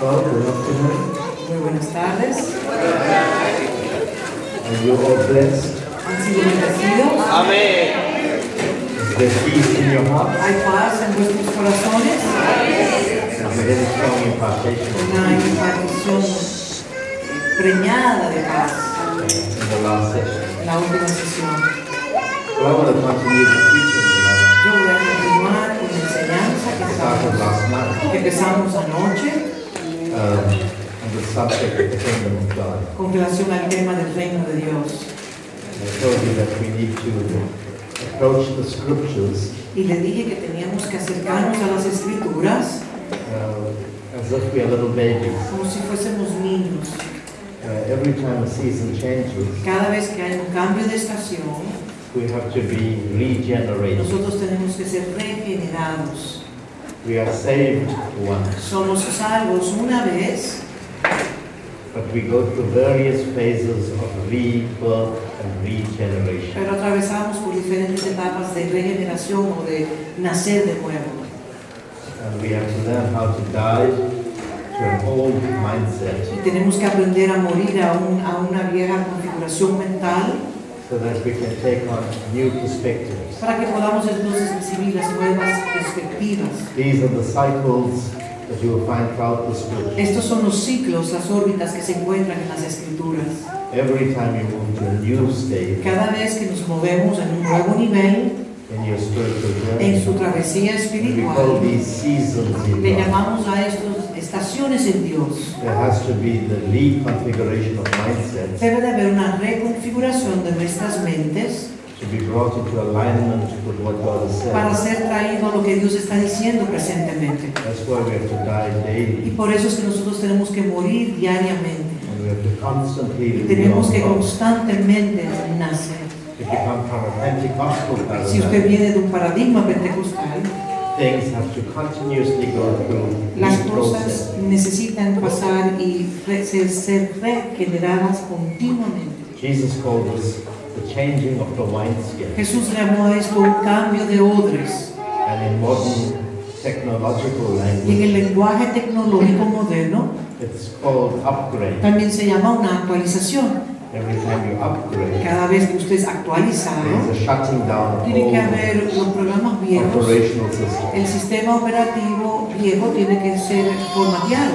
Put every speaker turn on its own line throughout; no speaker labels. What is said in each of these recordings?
Well, good afternoon.
Muy buenas tardes.
And you're all blessed.
Han sido bendecidos.
Is there peace in your heart?
Hay paz en vuestros corazones.
And a very strong impartation of
Una
peace
impartición preñada de paz
in the last session.
en la última sesión.
So I want to continue the preaching tonight.
Yo voy a continuar con la enseñanza que
It
empezamos,
started last night
que empezamos anoche
um, on the subject of the kingdom of God. uh,
con relación al tema del reino de Dios.
And I told you that we need to approach the scriptures
Y le dije que teníamos que acercarnos a las escrituras
uh, as if we are little babies.
como si fuésemos niños.
Uh, every time a season changes,
Cada vez que hay un cambio de estación,
we have to be regenerated.
nosotros tenemos que ser regenerados.
We are saved once,
Somos salvos una vez,
but we go through various phases of rebirth and regeneration.
pero atravesamos por diferentes etapas de regeneración o de nacer de nuevo.
And we have to learn how to die to an old mindset
Y tenemos que aprender a morir a, un- a una vieja configuración mental
so that we can take on new perspectives.
para que podamos entonces recibir las nuevas perspectivas.
These are the cycles that you will find throughout the scripture.
Estos son los ciclos, las órbitas que se encuentran en las escrituras.
Every time you move to a new stage
Cada vez que nos movemos en un nuevo nivel,
in your spiritual
en su
journey,
travesía
we call
espiritual,
these seasons in
le
life.
llamamos a estos estaciones en Dios.
There has to be the reconfiguration of mindsets
Debe de haber una reconfiguración de nuestras mentes
to be brought into alignment with what God has said.
para ser traído a lo que Dios está diciendo presentemente.
That's why we have to die
Y
daily
por eso es que nosotros tenemos que morir diariamente.
and we have to constantly
Y
renew
tenemos que
ourselves
constantemente nacer.
to become from a Pentecostal
Si
paradigm.
usted viene de un paradigma pentecostal,
Things have to continuously go through
las
this
cosas
process.
necesitan pasar y re- ser, ser regeneradas continuamente.
Jesus called this the changing of the wineskin.
Jesús llamó a esto un cambio de odres.
And in modern technological
Y en el
language,
lenguaje tecnológico moderno
it's called upgrade.
también se llama una actualización.
Every time you upgrade,
Cada vez que usted es actualizado,
there's a shutting down of
tiene que haber
old
los programas viejos.
operational systems.
El sistema operativo viejo tiene que ser formateado.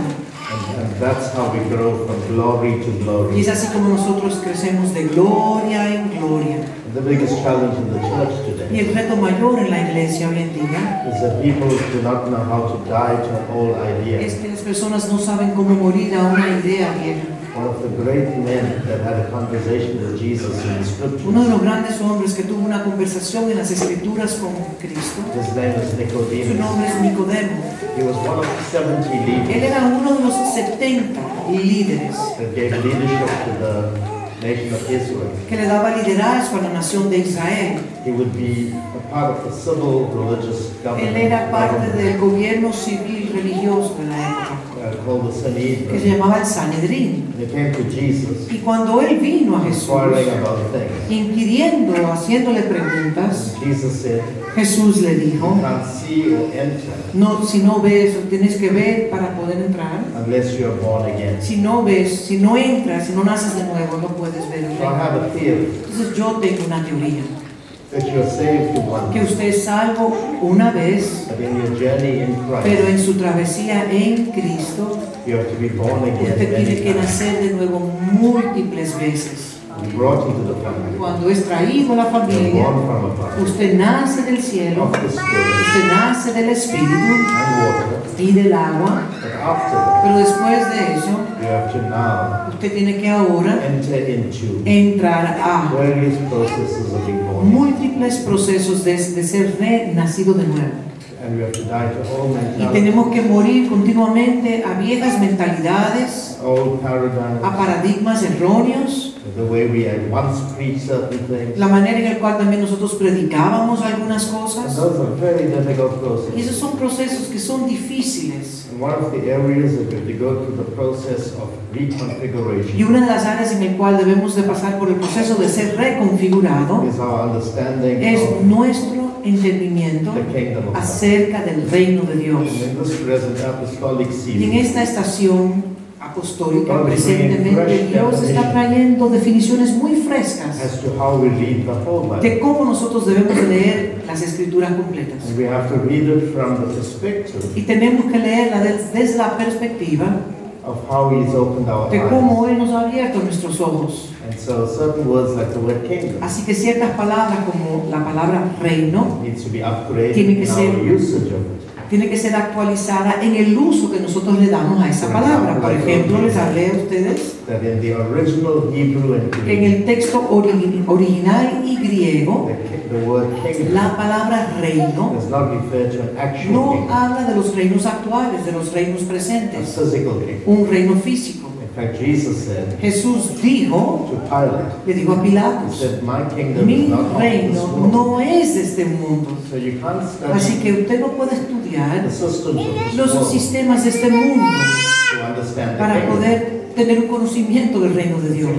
And, and that's how we grow from glory to
Y
glory.
es así como nosotros crecemos de gloria en gloria.
The biggest challenge in the church
Y
today
el reto mayor en la iglesia hoy en día
is that people do not know how to die to an old
es
idea.
que las personas no saben cómo morir a una idea vieja.
One of the great men that had a conversation with Jesus in the
Uno de
scriptures,
los grandes hombres que tuvo una conversación en las escrituras con Cristo,
his name is
su
Nicodemus.
nombre es Nicodemo.
He was one of the 70
Él
leaders
era uno de los 70 líderes
that gave leadership to the nation of Israel.
que le daba liderazgo a la nación de Israel.
He would be a part of the civil religious
Él
government
era parte
government,
del gobierno civil religioso de la época,
uh, called the
que se
Sanhedrin.
llamaba el Sanedrín.
They came to Jesus,
Y cuando él vino a Jesús,
inquiring about things.
inquiriendo, haciéndole preguntas,
Jesus said,
Jesús le
You
dijo,
can't see or enter
no, si no ves, tienes que ver para poder entrar.
unless you are born again.
Si no ves, si no entras, si no naces de nuevo, no puedes ver. el
So I
reino".
have a theory
Entonces yo tengo una teoría,
that you're saved once,
que usted es salvo una vez,
but in your journey in
pero
Christ,
en su travesía en Cristo,
you have to be born again.
usted tiene
many
que
times.
nacer de nuevo múltiples veces.
You're brought into the family.
Cuando es traído a la
You're
familia,
born from above,
usted nace del cielo,
of the Spirit
usted nace del Espíritu
and water.
y del agua,
But after
pero después de eso,
that, you have to now
usted tiene que ahora
enter into
entrar a
various processes of being born again.
múltiples procesos de, de ser renacido de nuevo.
And we have to die to all
Y tenemos
mentalities,
que morir continuamente a viejas mentalidades,
old paradigms,
Ah. a paradigmas erróneos,
that the way we had once preached certain things.
la manera en la cual también nosotros predicábamos algunas
And
cosas.
those are very difficult
Y
processes.
esos son procesos que son difíciles.
And one of the areas that we have to go through the process of
Y
reconfiguration
una de las áreas en el cual debemos de pasar por el proceso de ser reconfigurado
is our understanding
es
of
nuestro entendimiento
the kingdom of God.
acerca del reino de
And
Dios.
in this present apostolic
Y en
season,
esta estación apostólica,
God is bringing
presentemente,
fresh
Dios está
definition.
trayendo definiciones muy frescas
as to how we read the whole Bible.
de cómo nosotros debemos de leer las escrituras completas.
And we have to read it from the perspective
Y tenemos que leerla des- desde la perspectiva
of how He's opened our
de
eyes.
cómo Él nos ha abierto nuestros ojos.
And so certain words like the word kingdom
Así que ciertas palabras como la palabra reino
needs to be
Tiene
upgraded
que
in
ser-
our usage of it.
tiene que ser actualizada en el uso que nosotros le damos a esa palabra. Por ejemplo, les hablé a ustedes
That in the original Hebrew and
que en
Greek,
el texto ori- original y griego,
the, ki- the word kingdom
la palabra reino
does not refer to an actual
no
kingdom,
habla de los reinos actuales, de los reinos
a
presentes,
physical kingdom.
un reino físico.
In fact, Jesus said
Jesús dijo,
to Pilate,
le dijo a
He
Pilatos,
said, My kingdom is
mi
not of this
reino
world.
no es de este mundo.
So you can't
Así
study
que usted no puede estudiar
the systems of this
los
world
sistemas de este mundo
to understand the
para
kingdom.
poder tener un conocimiento del reino de Dios.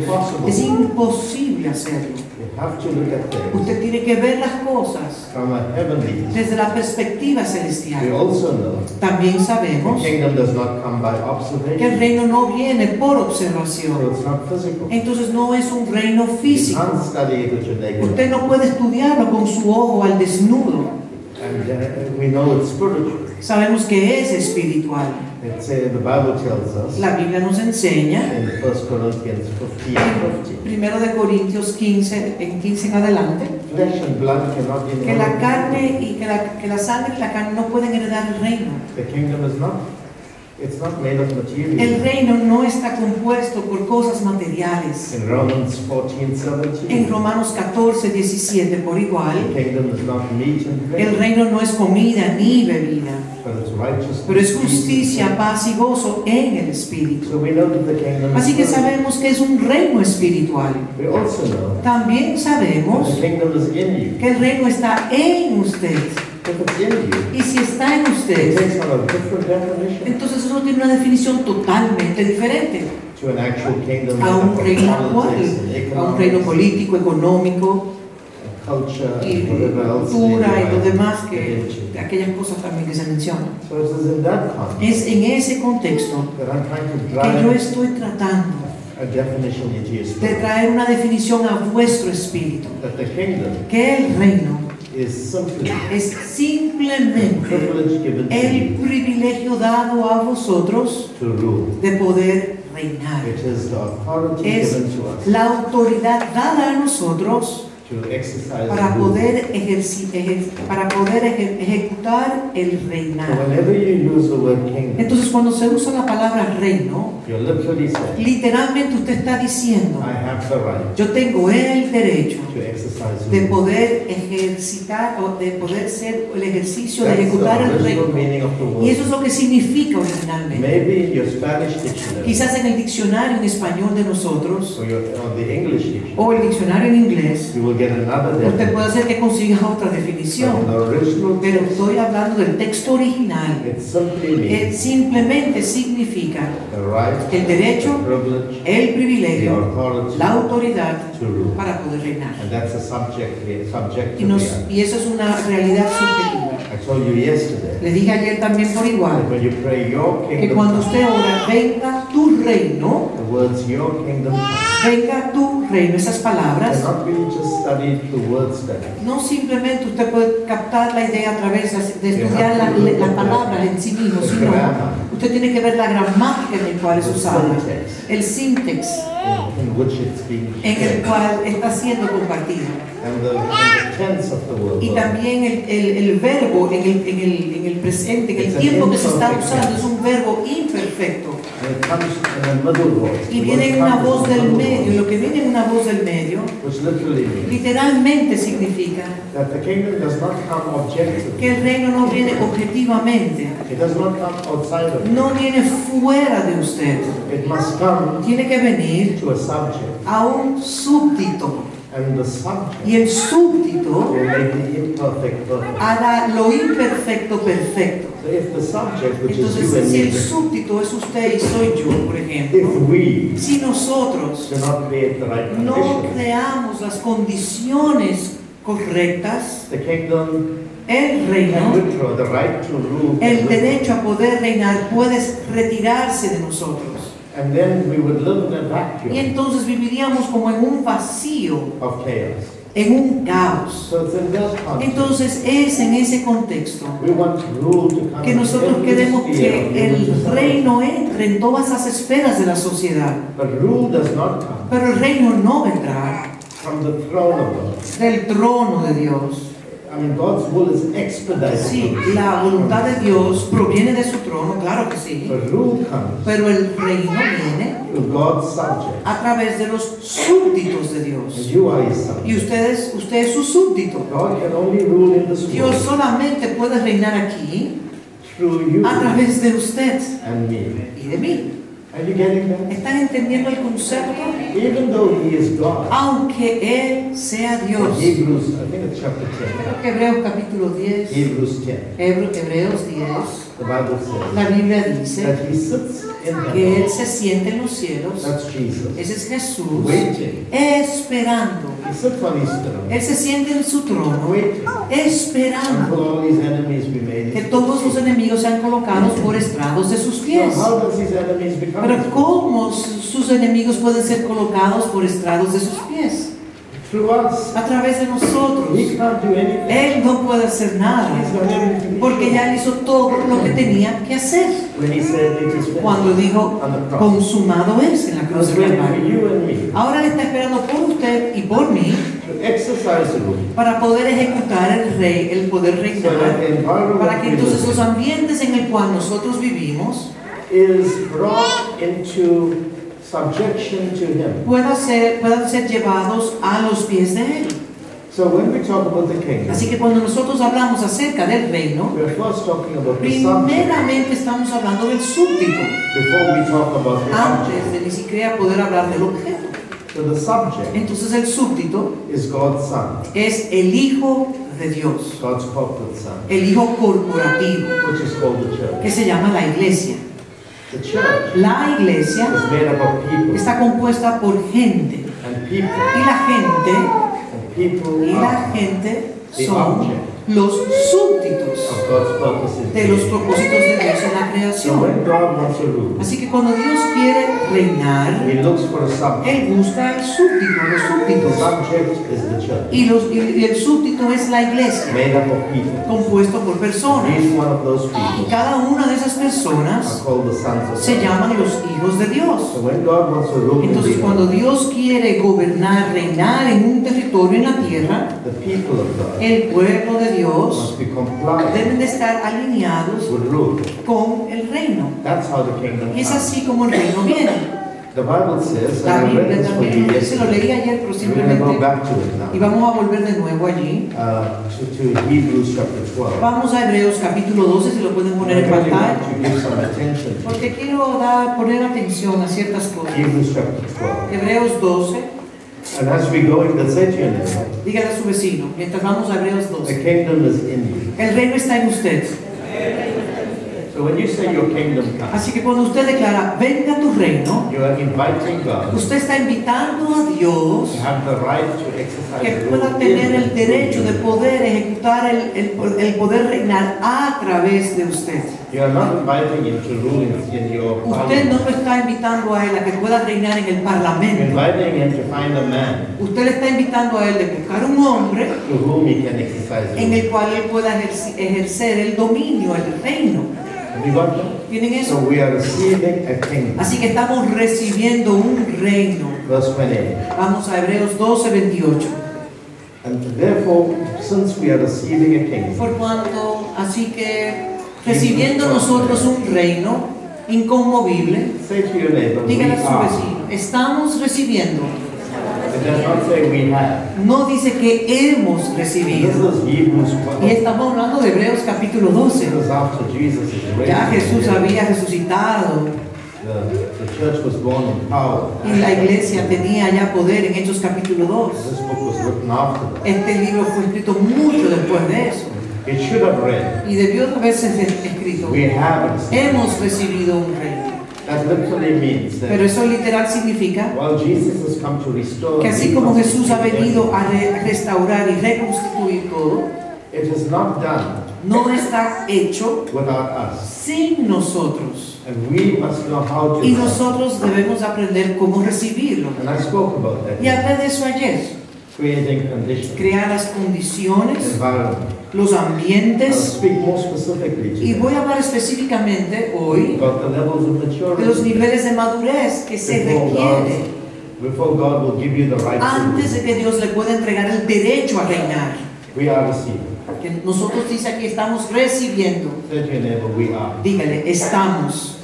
Es imposible hacerlo.
You have to look at things
Usted tiene que ver las cosas
from a heavenly perspective.
desde la perspectiva
We
celestial.
also know
También
the
sabemos
kingdom does not come by
que el
observation,
reino no viene por observación.
so it's not physical.
Entonces no es un reino
You
físico.
can't study it with your naked
Usted no puede estudiarlo con su ojo al desnudo.
And uh, we know it's spiritual.
Sabemos que es espiritual.
It's, uh, the Bible tells us
La Biblia nos enseña
in 1 Corinthians 15 15.
primero de Corintios 15, en 15 en adelante,
Flesh and blood cannot be
que la carne y que la, que la sangre y la carne no pueden heredar el reino.
The kingdom is not. It's not made of
El
material.
reino no está compuesto por cosas materiales.
In Romans 14
En
17,
Romanos 14, 17, por
the
igual,
kingdom is not meat and
el
drink,
reino no es comida ni bebida,
but it's righteousness.
pero es
peace, and
justicia, paz y gozo en el Espíritu.
So we know that the kingdom
Así que
is spiritual.
sabemos que es un reino espiritual.
We also know that
También
the
sabemos
kingdom is in you.
que el reino está en usted.
If it's in you,
Y si está en
it
usted,
takes on a different definition
entonces eso tiene una definición totalmente diferente
to an actual kingdom
a un
made
reino
up of politics
actual,
and
a un reino
economics,
político, económico,
and culture,
y
and whatever else. they
cultura y lo
derive
demás, que,
religion.
de aquellas cosas también que se mencionan.
So it is in that
Es
context
en ese contexto
that I'm trying to
que yo
drive
estoy tratando
a definition into your
de
spirit.
traer una definición a vuestro espíritu,
That the kingdom
que el reino
is simply
es
the
simplemente
privilege given to
el
you
privilegio dado a vosotros
to rule.
de poder reinar.
It is the authority
Es-
given to us
La autoridad dada a nosotros
to exercise
para
rule.
poder, ejerci- ejer- para poder eje- ejecutar el
So
reinar.
whenever you use the word kingdom,
Entonces cuando se usa la palabra reino,
you're literally saying,
literalmente usted está diciendo,
I have the right
yo tengo el derecho
to exercise
de
rule.
poder ejercitar o de poder ser el ejercicio de
That's
ejecutar
the
el
original
reino.
meaning of the
Y eso es
word.
lo que significa originalmente.
Maybe in your Spanish dictionary
Quizás en el diccionario en español de nosotros
or, your, or the English dictionary,
o el diccionario en inglés,
you will get another
usted
definition.
puede hacer que consiga otra
But in
definición.
the original
Pero
text,
estoy hablando del texto original.
it simply
que
means
simplemente significa
the right,
el derecho,
the privilege,
el
the
privilegio,
authority
la autoridad
to rule.
para poder reinar.
And that's a subject, a
Y,
subjective
nos-
reality.
y eso es una realidad subjetiva.
I told you yesterday
Le dije ayer también por
that
igual
when you pray your
que
kingdom,
cuando
come,"
usted ora, venga tu reino,
the words your kingdom come,"
venga tu reino, esas palabras
cannot be just studied through word study.
No simplemente usted puede captar la idea a través de- de estudiar las, le- las palabras en sí mismo,
The
sino
grammar,
usted tiene que ver la gramática en la cual
the
es usada,
syntax
el síntex
in, in which it's being
en el
shared,
cual está siendo compartido
and the, and the tense of the word.
y también el, el- el verbo en el, en el- en el presente, en el tiempo que se está usando, es un verbo imperfecto
And it comes in a middle voice.
y
The
viene
word
en una
comes in
voz
a
del
middle
medio,
voice,
lo que viene en una voz del medio
Which literally means
literalmente significa
that the kingdom does not come objectively.
que el reino no viene objetivamente.
It does not come outside of yourself.
no viene fuera de usted.
It must come
Tiene que venir
to a subject,
a un súbdito.
and the subject
Y el súbdito
will make the imperfect perfect.
hará lo imperfecto perfecto.
So if the subject, which is you
Entonces,
and
si el
me,
súbdito es usted y soy yo, por ejemplo,
if we
si nosotros
do not create the right
no
conditions,
creamos las condiciones correctas,
the kingdom
el
can
reino,
withdraw the right to rule.
el derecho a poder reinar puede retirarse de nosotros.
And then we would live in a
Y
vacuum
entonces viviríamos como en un vacío,
of chaos.
en un caos.
So it's in those contexts.
Entonces es en ese contexto
We want rule to come.
que nosotros
into every
queremos
sphere of
que
human
el
society.
reino entre en todas las esferas de la sociedad.
But rule does not come
Pero el reino no vendrá
from the throne of God.
del trono de Dios.
I mean, God's will is expedited.
Sí, la voluntad de Dios proviene de su trono, claro que sí.
But rule comes
Pero el reino viene
to God's subject.
a través de los súbditos de
And
Dios.
you are his
Y
subject.
ustedes, usted es su súbdito.
God can only rule in this
Dios
world
solamente puede reinar aquí
through you
a través de usted
and me.
y de mí.
Are you getting that?
¿Están entendiendo el concepto?
Even though he is God,
Aunque Él sea Dios.
Hebrews, I think it's chapter 10.
Creo que Hebreos capítulo 10,
Hebrews 10.
Hebre- Hebreos 10,
The Bible says
la Biblia dice
that he sits in
que Él
heaven.
se siente en los cielos.
That's Jesus.
Ese es Jesús
Waiting.
esperando.
He sits on his throne.
Él se siente en su trono
Waiting. Until
esperando
all his enemies be made.
que todos sus enemigos sean colocados por estrados de sus
So
pies.
how does his enemies become? his
Pero
friends?
¿cómo su- sus enemigos pueden ser colocados por estrados de sus pies?
Through us.
A través de nosotros.
He can't do anything.
Él no puede hacer
He's
nada
done everything.
porque ya él hizo todo lo que tenía que hacer.
When he said it is
Cuando
finished.
dijo,
On the cross.
consumado es en la
He
cruz
was
del
waiting for
Calvario.
you and me
Ahora le está esperando por usted y por mí
to exercise the rule.
para poder ejecutar el rey, el poder
So that
reinar,
the
para que entonces los
environment
ambientes en el cual nosotros vivimos
is brought into subjection to him.
puedan ser, puedan ser llevados a los pies de él.
So when we talk about the kingdom,
Así que cuando nosotros hablamos acerca del reino,
We're first talking about the subject
primeramente estamos hablando del súbdito,
before we talk about the
antes de
object.
ni siquiera poder hablar del objeto.
So the subject
Entonces el súbdito
is God's Son,
es el Hijo de Dios,
God's corporate Son,
el Hijo corporativo,
which is called the church.
que se llama la iglesia.
The church
La iglesia
is made up of people,
está compuesta por gente
and
y
people,
la gente
and
y
people
la
are
gente son los súbditos
of God's purposes.
de los propósitos de Dios en la
So
creación.
when God wants to rule,
Así que cuando Dios quiere reinar,
He looks for a subject.
él busca el súbdito, los
The
súbditos.
subject is the church,
Y, los, y- y el súbdito es la iglesia,
made up of people.
compuesto por personas.
Each one of those
Y
people
cada una de esas
are
personas
called the sons
se
of God.
llaman los hijos de
So
Dios.
when God wants to rule, in
Entonces
the
cuando
earth,
Dios quiere gobernar, reinar en un territorio en la tierra,
the people of God
el pueblo de Dios
must be compliant
deben de estar alineados
with rule.
con el reino.
That's how the kingdom
Y es
comes.
así como el reino viene.
The Bible says, and
La
I read
Biblia
this for you
también, yo se lo
yesterday.
leí ayer,
We're going to
pero
go
simplemente,
back to it
y
now,
vamos a volver de nuevo allí.
uh, to, to Hebrews chapter 12.
Vamos a Hebreos capítulo 12, si lo pueden
I
poner en
really
pantalla,
want to give some attention to
porque quiero dar, poner atención a ciertas cosas.
Hebrews chapter 12.
Hebreos 12,
And as we go in the section,
dígale a su vecino, mientras vamos a Hebreos
the
12,
kingdom is in you.
el reino está en usted.
So when you say your kingdom comes,
Así que cuando usted declara, venga tu reino,
you are inviting God
usted está invitando a
to
Dios
have the right to
que
exercise rule.
pueda tener
in
el derecho de poder ejecutar el, el- el poder reinar a través de usted.
You are not inviting him to rule in in your
Usted
parliament.
no lo está invitando a él a que pueda reinar en el
You're
parlamento.
inviting him to find a man
Usted le está invitando a él de buscar un hombre
to whom he can exercise
en
rule.
el cual él pueda ejerci- ejercer el dominio, el reino.
Have you got that?
¿Tienen
So
eso?
we are receiving a king.
Así que estamos recibiendo un reino.
Verse 28.
Vamos a Hebreos 12, 28.
And therefore, since we are receiving a king,
Por cuanto, así que recibiendo nosotros un reino inconmovible,
say to your neighbor, we
dígale a su
are.
vecino, estamos recibiendo
It does not say we have.
No dice que hemos
This
recibido.
is Hebrews
Y
12.
estamos hablando de Hebreos capítulo 12.
This is after Jesus is raised.
Ya Jesús había resucitado
The, the church was born in power.
y la iglesia tenía ya poder en Hechos capítulo 2.
This book was written after that.
Este libro fue escrito mucho después de eso
It should have read,
y debió de haberse escrito.
we haven't.
Hemos recibido un rey.
That literally means that
Pero eso literal significa
while Jesus has come to restore,
que así como Jesús ha venido
reconstitute
a re- restaurar y reconstituir todo,
everything, it is not done
no está hecho
without us.
sin nosotros.
And we must know how to.
Y nosotros debemos aprender cómo recibirlo.
And I spoke about that.
Y hablé de eso ayer.
Creating conditions,
Crear las condiciones,
environment.
los
I'll
ambientes.
speak more specifically to
Y
that.
voy a hablar específicamente hoy
about the levels of
de los
maturity
niveles de madurez que se
before God,
requiere
before God will give you the right
antes
to
de que Dios le pueda entregar el derecho a reinar.
We are receiving.
Que nosotros dice aquí estamos recibiendo.
Say to your neighbor, we are.
Dígale, estamos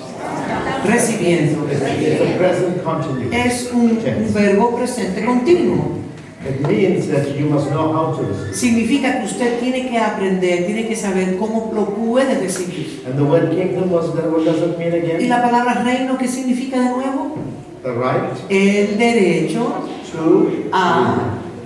recibiendo.
It's it's a present continuous.
Es un, un verbo presente continuo.
It means that you must know how to receive.
Significa que usted tiene que aprender, tiene que saber cómo lo puede recibir.
And the word kingdom was there. What does it mean
Y
again?
la palabra reino, ¿qué significa de nuevo?
The right
El derecho
to
a
rule.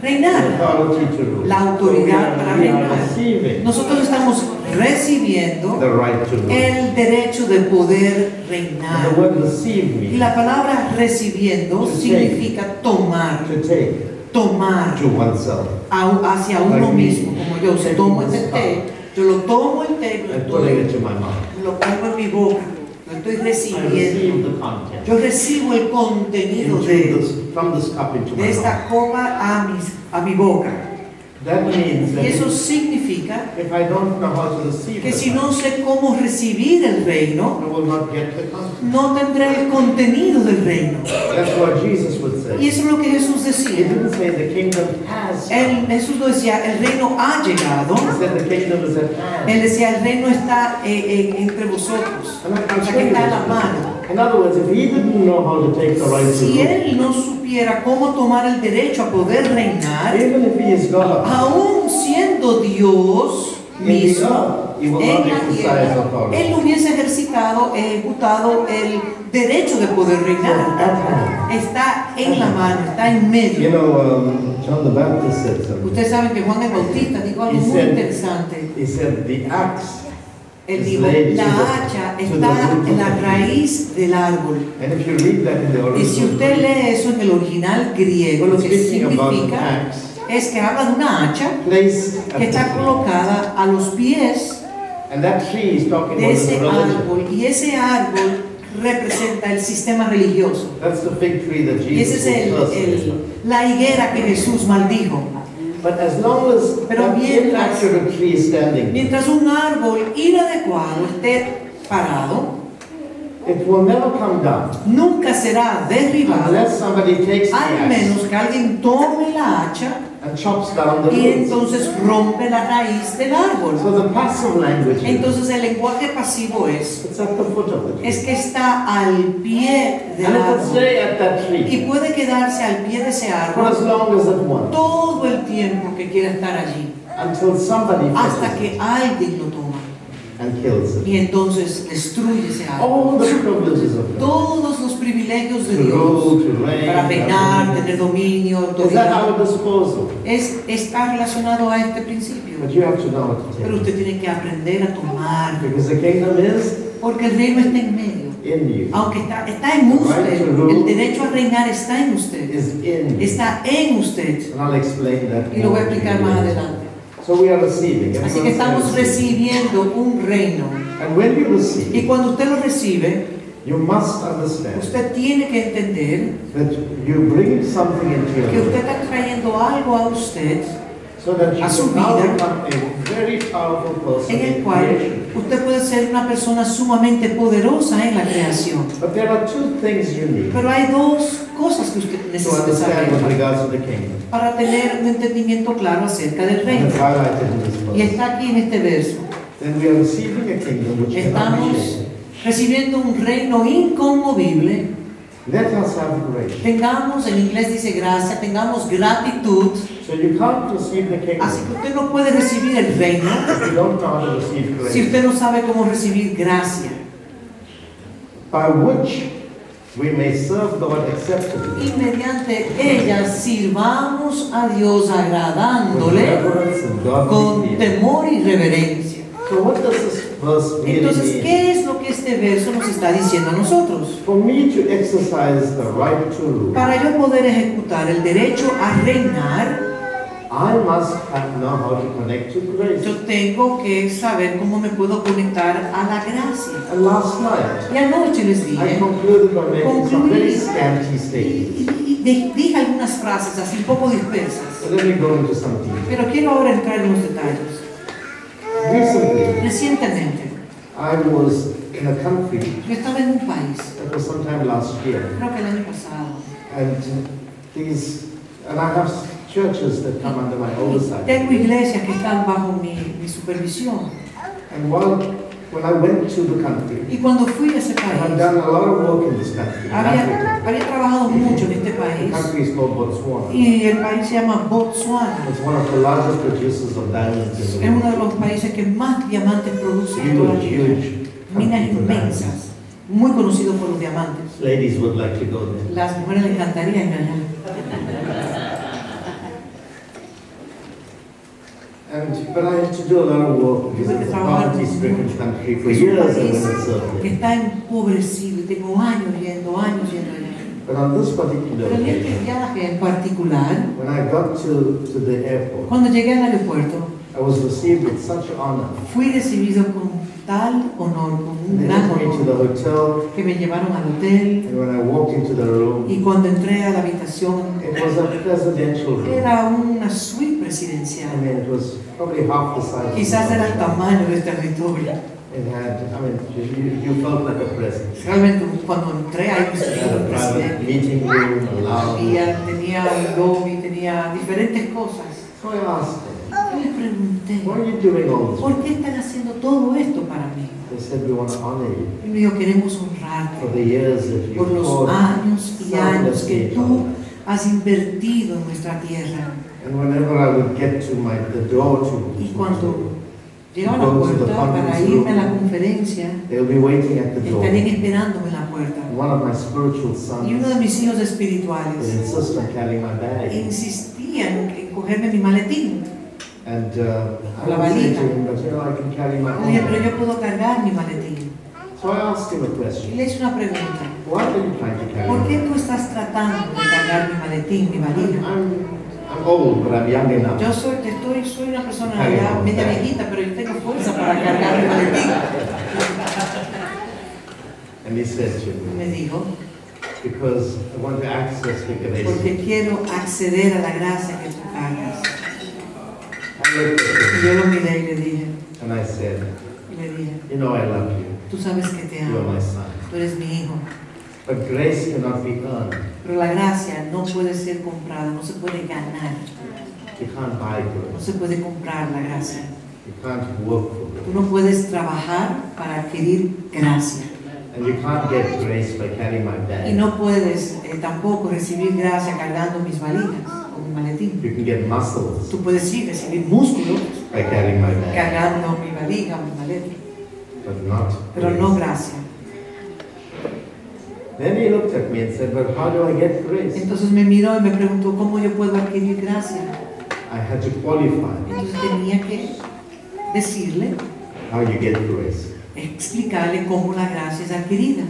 The
reinar.
authority to rule.
Ah. La
So we
autoridad para
are, we are
reinar.
receiving
Nosotros estamos recibiendo
the right to rule.
el derecho de poder
And the
reinar.
word receive
Y
means
la palabra recibiendo significa tomar,
to take
tomar
to oneself
a- hacia uno mismo, como yo. Si tomo este té, yo lo tomo el té, lo
and putting
estoy-
it to my mouth.
lo pongo en mi boca, lo estoy
I
recibiendo.
receive the content
Yo recibo el contenido
into
de,
this, from this cup into my
de
mouth.
esta copa a, mis, a mi boca.
That means
Y
that
eso significa
if I don't know how to receive
que
the
si no
content,
sé cómo recibir el reino,
I will not get the content.
no tendré el contenido del reino.
That's what Jesus would
Y
say.
eso es lo que Jesús
He
decía.
didn't say the kingdom has
Él-
come.
Jesús lo decía, el reino ha llegado.
He said the kingdom is at hand.
Él decía, el reino está eh, eh, entre vosotros.
And I can
O sea,
show
que
you
está a
this.
la mano.
In other words, if he didn't know how to take the right to
Si
rule,
él no supiera cómo tomar el derecho a poder reinar,
even if he is God,
aún siendo Dios
in the
mismo
earth, he will not
en la
exercise
tierra, él
authority.
no hubiese ejercitado, ejecutado el derecho de poder
So,
reinar.
at hand.
Está en la mano, está en
You
medio.
know, um, John the Baptist said something.
Ustedes saben que Juan el Bautista dijo algo muy interesante.
He said the axe,
Él dijo, la hacha está en la raíz del árbol.
and if you read that in the
Y si usted
original,
lee eso en el original griego, lo
it's
que
speaking about an
significa
axe
es que habla de una hacha
placed at
que está
the tree.
colocada a los pies
And that tree is talking
de
about the
ese
religion.
árbol y ese árbol representa el sistema religioso.
That's the fig tree that
Y esa
Jesus
es el-
was cursing.
el- la higuera que Jesús maldijo.
But as long as
Pero
that
mientras-
inaccurate tree is standing,
Mientras un árbol inadecuado esté parado,
It will never come down
nunca será derribado,
unless somebody takes the
al
axe
menos que alguien tome la hacha
and chops down the
y
roots.
entonces rompe la raíz del árbol.
So the passive language is,
Entonces el lenguaje pasivo es,
it's at the foot of the tree.
es que está al pie del
And it will
árbol
stay at that
y
tree
puede quedarse al pie de ese
for
árbol
as long as it wants
todo el tiempo que quiera estar allí,
until somebody
hasta
fetches
que
it
alguien lo toma
and kills it.
y entonces destruye ese árbol.
All the privileges of God.
Todos los privilegios de
To
Dios
rule, to reign.
para reinar,
and-
tener dominio,
Is at our
autoridad,
disposal.
es, está relacionado a este principio.
But you have to know what to
Pero
take.
usted tiene que aprender a tomar,
Because the kingdom is
porque el reino está en medio.
in you.
Aunque está, está en usted, el derecho a reinar está en usted,
Is in you.
está en usted.
And I'll explain that.
Y lo voy
more
a
to you
explicar más
later.
adelante.
So we are receiving.
Así que
Everyone say
estamos
receive.
recibiendo un reino.
And when you
Y
receive,
cuando usted lo recibe,
you must understand
usted tiene que entender
that you bring something into
que
your life
usted está trayendo algo a usted
so that you
a su
can now
vida,
become a very powerful person
en el
in
cual
creation.
usted puede ser una persona sumamente poderosa en la creación.
But there are two things you need
Pero hay dos cosas que usted
to
necesita
understand with
saber
regards to the kingdom.
para tener un entendimiento claro acerca del
And
reino.
it's highlighted in
Y
this verse.
está aquí en este verso.
Then we are receiving a kingdom which cannot be
Estamos
shaken.
recibiendo un reino inconmovible
Let us have grace.
Tengamos, en inglés dice gracia, tengamos gratitud.
So you can't receive the
Así
kingdom
que usted no puede recibir el reino
if you don't know how to receive
si
grace,
usted no sabe cómo recibir gracia.
by which we may serve God acceptably
Y mediante ella sirvamos a Dios
with
agradándole
reverence and godly
con
fear.
temor y reverencia.
So what does this verse
Entonces,
really mean?
¿qué es lo que este verso nos está diciendo a nosotros?
For me to exercise the right to rule,
Para yo poder ejecutar el derecho a reinar,
I must have know how to connect to grace.
yo tengo que saber cómo me puedo conectar a la gracia.
And last night,
Y anoche les
I
dije,
concluded by making some very
Concluí.
scanty
y,
statements.
y- y de- dije algunas frases así un poco dispersas,
So let me go into some detail.
pero quiero ahora entrar en los detalles.
Recently,
Recientemente,
I was in a country,
yo estaba en un país,
that was sometime last year,
creo que el año pasado,
and these, and I have churches that come under my
y tengo
oversight.
iglesias que están bajo mi, mi supervisión.
And while, when I went to the country,
Y cuando fui a ese
I had
país,
done a lot of work in this country. in
Oh,
Africa.
había, había trabajado mucho en este
The
país
country is called Botswana.
y el país se llama Botswana.
It's one of the largest producers of diamonds in
Es
the
uno
world.
de los países que más diamantes produce en toda la
Huge,
tierra.
huge
Minas
country for diamonds.
inmensas, muy conocido por los diamantes.
Ladies would like to go there.
Las mujeres les encantaría ir allá.
And, but I had to do a lot of work because it's a poverty-stricken country. For years I went and served
que
there.
está empobrecido y tengo años yendo, años yendo allá.
But on this particular
Pero en este
occasion,
viaje en particular,
when I got to, to the airport,
cuando llegué al aeropuerto,
I was received with such honor.
fui recibido con tal honor, con
And
un
they
gran
took me to
honor,
the hotel,
que me llevaron al hotel
and when I walked into the room,
y cuando entré a la habitación,
it was a presidential room.
era una suite
I
presidencial.
mean, it was probably half the size. of
Quizás
the
era el
hotel.
tamaño de este auditorio.
It had, I mean, you, you felt like a president.
Realmente cuando entré ahí me
It
sentí
had
como
a private
presidente.
meeting room, a lounge.
Había- Tenía un lobby, tenía diferentes cosas.
So I asked them,
Yo les pregunté,
why are you doing all this?
¿por qué están haciendo todo esto para mí?
They said, we want to honor you
Y me dijo, queremos
for
honrarte
the years that you
por los
poured
años y años
selflessly
que tú
on us."
has invertido en nuestra tierra.
And whenever I would get to my, the door to.
Y cuando llegaba a la puerta para irme a la conferencia,
They'll be waiting at the door.
estarían esperándome en la puerta.
And One of my spiritual sons
Y uno de mis hijos
would
espirituales
insist on carrying my bag.
insistía en, en cogerme mi maletín.
And uh, I
La
would say to
varita.
him, but you know, I can carry my
Le dije, pero
own.
yo puedo cargar mi maletín.
So I asked him a
Y
question.
le hice una pregunta.
Why are you trying to carry
¿Por qué
my
tú estás tratando de cargar mi maletín, mi valija?
I'm, I'm old, but I'm young enough.
Yo soy, estoy, soy una persona
Está bien,
ya media
está bien.
viejita, pero yo tengo fuerza para cargar el maletín.
And he said to me,
Me dijo,
because I want to access the grace.
porque quiero acceder a la gracia que tú cargas.
I looked at
Y
him
yo lo miré y le dije,
and I said,
y le dije,
you know, I love you.
tú sabes que te
You are
amo,
my son.
tú eres mi hijo,
But grace cannot be earned.
pero la gracia no puede ser comprada, no se puede ganar,
You can't buy
no
grace.
se puede comprar la gracia.
You can't work for
Tú
grace.
no puedes trabajar para adquirir gracia.
And you can't get grace by carrying my
Y
bag.
no puedes eh, tampoco recibir gracia cargando mis valijas o mi maletín.
You can get muscles
Tú puedes sí recibir músculo
by carrying my bag,
cargando mi valija, mi maleta,
but not
pero no
grace.
gracia.
Then he looked at me and said, but how do I get grace?
Entonces me miró y me preguntó cómo yo puedo adquirir gracia.
I had to qualify
Entonces tenía que decirle,
how you get grace.
explicarle cómo la gracia es adquirida.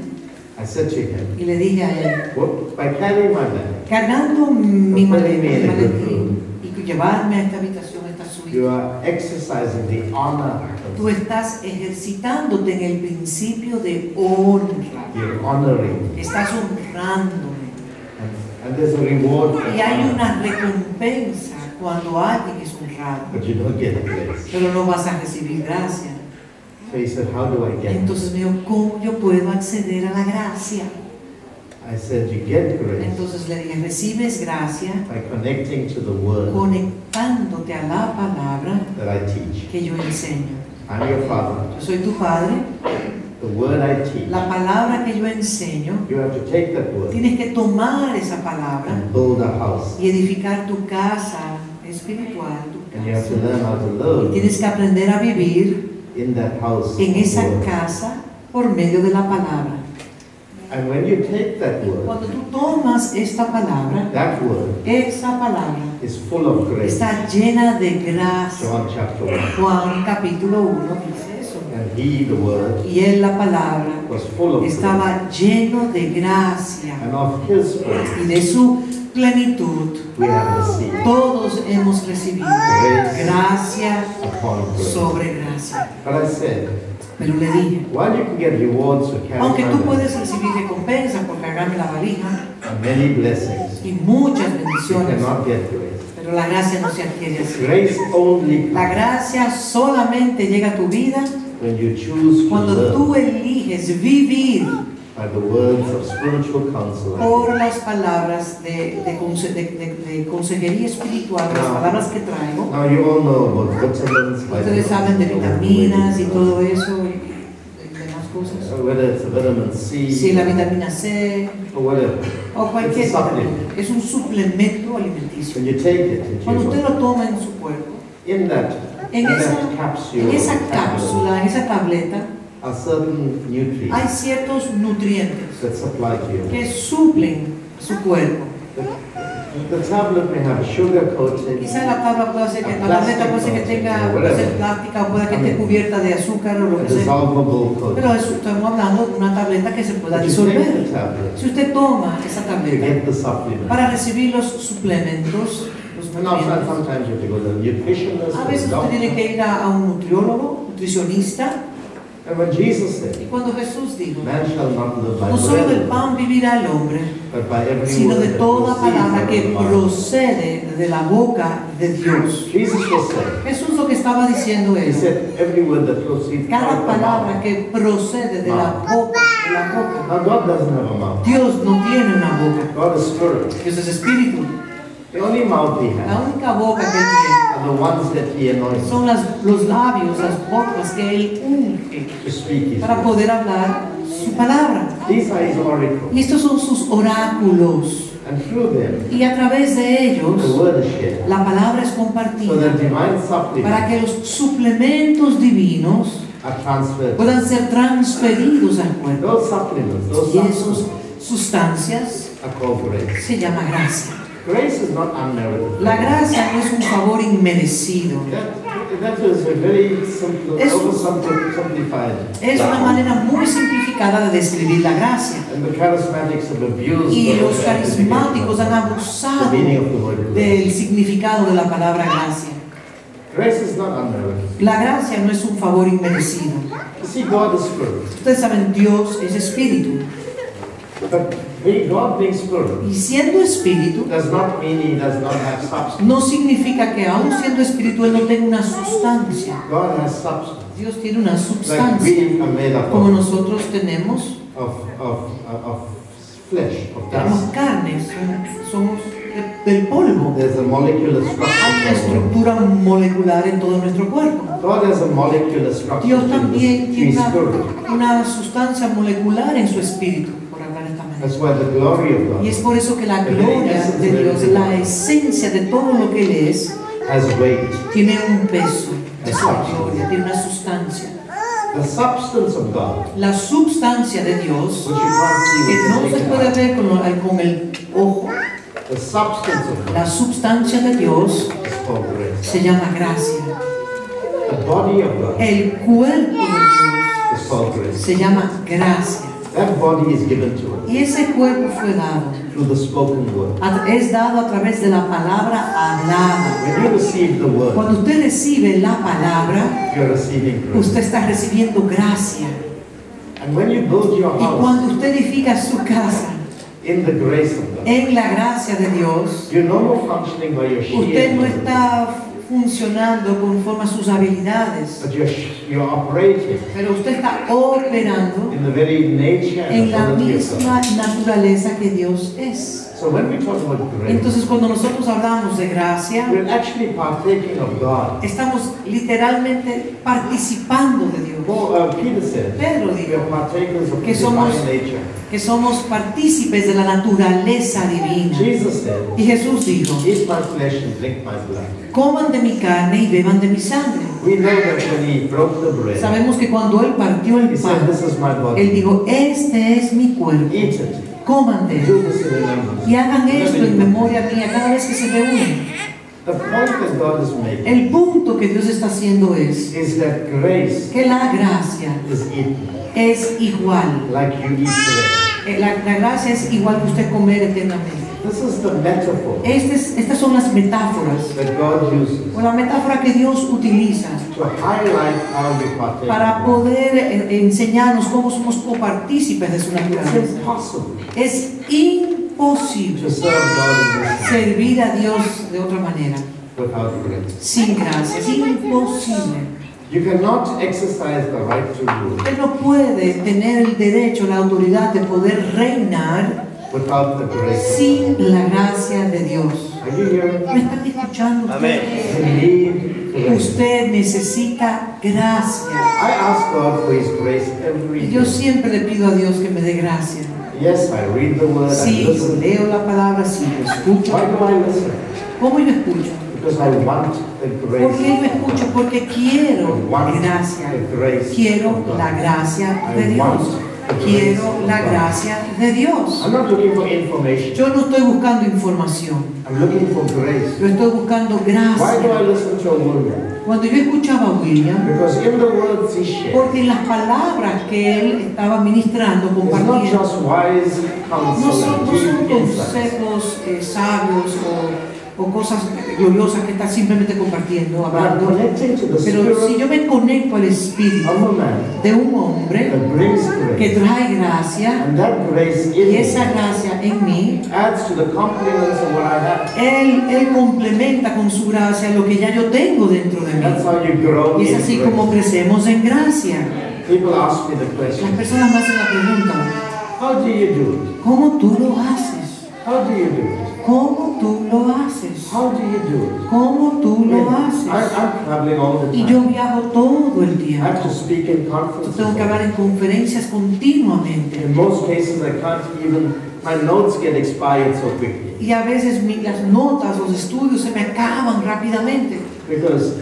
I said to him,
Y le dije a él,
what, by carrying my bag,
cargando mi maleta, mi maletín y llevarme a esta habitación, a esta
you
suite,
are exercising the honor of
tú estás ejercitándote en el principio de honra.
You're honoring.
Estás honrándome.
And, and there's a reward for
Y hay
honor,
una recompensa cuando alguien es honrado,
but you don't get grace.
pero no vas a recibir gracia.
So he said, how do I get grace?
Entonces me dijo, ¿cómo yo puedo acceder a la gracia?
I said, you get grace
Entonces le dije, recibes gracia
by connecting to the word
conectándote a la palabra
that I teach.
que yo enseño.
I'm your father.
Yo soy tu padre,
The the word I teach,
La palabra que yo enseño,
you have to take that word
tienes que tomar esa palabra
and build a house.
y edificar tu casa espiritual, tu
And you have to
casa.
learn how to
Y
live
tienes que aprender a vivir
in that house.
en
of
esa
word.
casa por medio de la palabra.
And when you take that word,
Cuando tú tomas esta palabra,
that word
esa palabra
is full of grace.
está llena de gracia.
John chapter 1.
Juan capítulo 1 dice eso.
And he, the word,
Y en la palabra
was full of grace.
estaba lleno de gracia
And of his grace
y de su plenitud.
we have received
Todos hemos recibido gracia
upon grace.
sobre gracia.
But I said,
Pero le dije,
while you can get rewards for
aunque
carrying
tú
my
puedes recibir recompensa por cargarme la valija
and many blessings,
y muchas
you
bendiciones,
cannot get grace.
pero la gracia no se adquiere así.
Grace only
La gracia solamente llega a tu vida
when you choose to
cuando tú
live
eliges vivir
by the words of spiritual counsel.
por las palabras de, de conse- de- de- de consejería espiritual, las palabras que traigo.
Now you all know about vitamins,
Ustedes saben de vitaminas y todo eso y de demás cosas.
So whether it's vitamin C Oh,
Sí, la vitamina C
or whatever,
o cualquier
Es un suplemento.
vitamina. Es un suplemento alimenticio.
when you take it, into
Cuando
your
usted
body,
lo toma en su cuerpo,
in uh, that,
en esa,
that
en
capsule
esa cápsula, en esa tableta,
are certain
hay
nutrients
ciertos nutrientes
that supply to you.
que suplen su cuerpo.
The tablet may have sugar coating.
Quizá la tabla pueda ser que la tableta puede ser que tenga puede ser plástica o pueda que esté cubierta de azúcar o lo
a
que sea.
dissolvable coating.
Pero eso estamos hablando de una tableta que se pueda
If you
disolver.
take the tablet,
Si usted toma esa
you
tableta
get the supplement.
para recibir los suplementos,
And
los
also,
nutrientes,
sometimes you have to go to a nutritionist.
a
or a
veces usted
doctor.
tiene que ir a, a un nutriólogo, nutricionista,
And when Jesus
y
said,
cuando Jesús dijo,
Man shall not live by
no solo del
bread
pan vivirá el hombre,
but by every
sino
word
de
that
toda
proceeds
palabra
out
que
of the mouth."
procede de la boca de Dios.
Jesus was saying,
Jesús lo que estaba diciendo
He
es,
said, every word that proceeds out
cada
of the
palabra
mouth.
que procede de la boca, de la boca.
Now, God doesn't have a mouth.
Dios no tiene una boca,
God is spirit.
Dios es espíritu.
The only mouth He
La
has
única boca que él tiene
are the ones that He anoints
son las- los labios, las bocas que Él unge
to speak His
para
word.
poder hablar su palabra.
These are His oracles.
Y estos son sus oráculos.
And through them,
Y a través de
the
ellos,
word is shared.
la palabra es
So that
compartida
divine
para
supplements
que los suplementos divinos
are transferred.
puedan ser transferidos al cuerpo.
Those supplements, those
Y esas
supplements
sustancias
are called grace.
se llama gracia.
Grace is not unmerited.
La gracia no es un favor inmerecido.
That, that is a very simple,
Es-
oversimplified.
Es una manera muy simplificada de describir la gracia.
And the charismatics have abused.
Y
the-
los carismáticos han abusado
The meaning of the word grace.
del significado de la palabra gracia.
Grace is not unmerited.
La gracia no es un favor inmerecido.
You see, God is spirit.
Ustedes saben, Dios es espíritu.
But being God being spirit
Y siendo espíritu,
does not mean he does not have substance.
no significa que aún siendo espíritu Él no tenga una sustancia.
God has substance.
Dios tiene una
Like
sustancia.
we are made up
Como
of,
nosotros tenemos,
of, of, of flesh, of
tenemos
dust.
carnes, somos de- del polvo.
There's a molecular
Hay una
structure. going on.
estructura molecular en todo nuestro cuerpo.
God has a molecular structure.
Dios
to
también
his- to
tiene
his
una,
spirit.
una sustancia molecular en su espíritu, por hablar de esta manera.
That's why the glory of
Y es
God
por eso que la gloria de Dios, la esencia de todo lo que Él es,
has weight.
tiene un peso, es la gloria, tiene una sustancia.
The substance of God,
La substancia de Dios,
which you can't see
que no
with
se
the
puede
naked
ver con, lo- con el ojo,
eye. The substance of
la
God
sustancia de
is
Dios
called grace.
se llama gracia.
The body of God
El cuerpo de Dios
is called grace.
se llama gracia.
That body is given to us
Y ese cuerpo fue dado,
through the spoken word.
a- es dado a través de la palabra hablada.
When you receive the word,
Cuando usted recibe la palabra,
you're receiving grace.
usted está recibiendo gracia.
And when you build your
Y
house
cuando usted edifica su casa
in the grace of God,
en la gracia de Dios,
you're no more functioning by your
usted no
sheer,
está funcionando conforme a sus habilidades,
but you're, sh- you're operating
pero usted está operando
in the very nature
en
and
la
ability of God.
misma naturaleza que Dios es.
So So when we talk about grace,
Entonces cuando nosotros hablamos de gracia,
we're actually partaking of God.
estamos literalmente participando de Dios,
Paul, uh, Peter said,
Pedro
we
dijo
are partakers of
Que
the
somos-
divine nature.
que somos partícipes de la naturaleza divina.
Jesus said,
Y Jesús dijo,
eat my flesh and drink my blood.
coman de mi carne y beban de mi sangre.
We know that when he broke the bread,
Sabemos que cuando Él partió
he
el
said,
pan,
this is my
Él
body.
dijo, este es mi cuerpo,
Eat it.
coman de
Do
él.
this in remembrance.
Y hagan esto en memoria mía cada vez que se reúnen.
The point that God is making
El punto que Dios está haciendo es
is that grace
que la gracia
is eaten
es igual.
like you eat bread.
Eh, La, la gracia es igual que usted comer eternamente.
This is the metaphor
Este es- estas son las metáforas,
that God uses
o la metáfora que Dios utiliza
to highlight how we partake.
para
of God.
poder eh, enseñarnos cómo somos copartícipes de su
It's
naturaleza.
impossible
Es imposible
to serve God in this way
servir a Dios de otra manera,
without grace.
sin gracia, es imposible.
You cannot exercise the right to rule
Usted no puede tener el derecho, la autoridad de poder reinar
without the grace.
sin la gracia de Dios.
Are you hearing?
¿Me están escuchando?
You
ustedes?
need grace.
Usted necesita gracia.
I ask God for His grace every
Y
day.
yo siempre le pido a Dios que me dé gracia.
Yes, I read the word, I
Si yo
listen.
leo la palabra, si yo escucho.
Why do I listen?
¿Cómo yo escucho?
Because I want the
¿Por qué
grace.
me escucho? Porque quiero
I
la
want
gracia.
the grace.
Quiero
of God.
la gracia de Dios. Quiero la gracia de Dios.
I'm not looking for information.
Yo no estoy buscando información.
I'm looking for grace.
Yo estoy buscando
Why do I
gracia.
listen to a woman?
Cuando yo escuchaba a William,
Because in the words he shared,
porque las palabras que él estaba ministrando,
it's not
compartiendo,
just wise
no
counsel
son,
and
no son
deep insight.
consejos eh, sabios o, o cosas gloriosas que está simplemente compartiendo,
But I'm
hablando.
connecting to the
Pero si
spirit
yo me conecto al espíritu
of a man
de un hombre
that brings
que
grace.
trae gracia
And that grace in
y
me
esa gracia en mí,
adds to the compliments of what I have.
él, él complementa con su gracia lo que ya yo tengo dentro de mí.
That's how you grow
Y es
in
así
grace.
como crecemos en gracia.
People ask me the
Las
question,
personas me hacen la pregunta,
how do you do
¿cómo tú lo haces?
it? How do you do it?
¿Cómo tú lo haces?
How do you do it?
¿Cómo tú lo
I,
haces?
I'm traveling all the
Y
time.
yo viajo todo el
I have to
tiempo.
speak in conferences.
Tengo que hablar en conferencias continuamente.
In most cases, I can't even, my notes get expired so quickly
Y a veces mi- las notas, los estudios se me acaban rápidamente.
because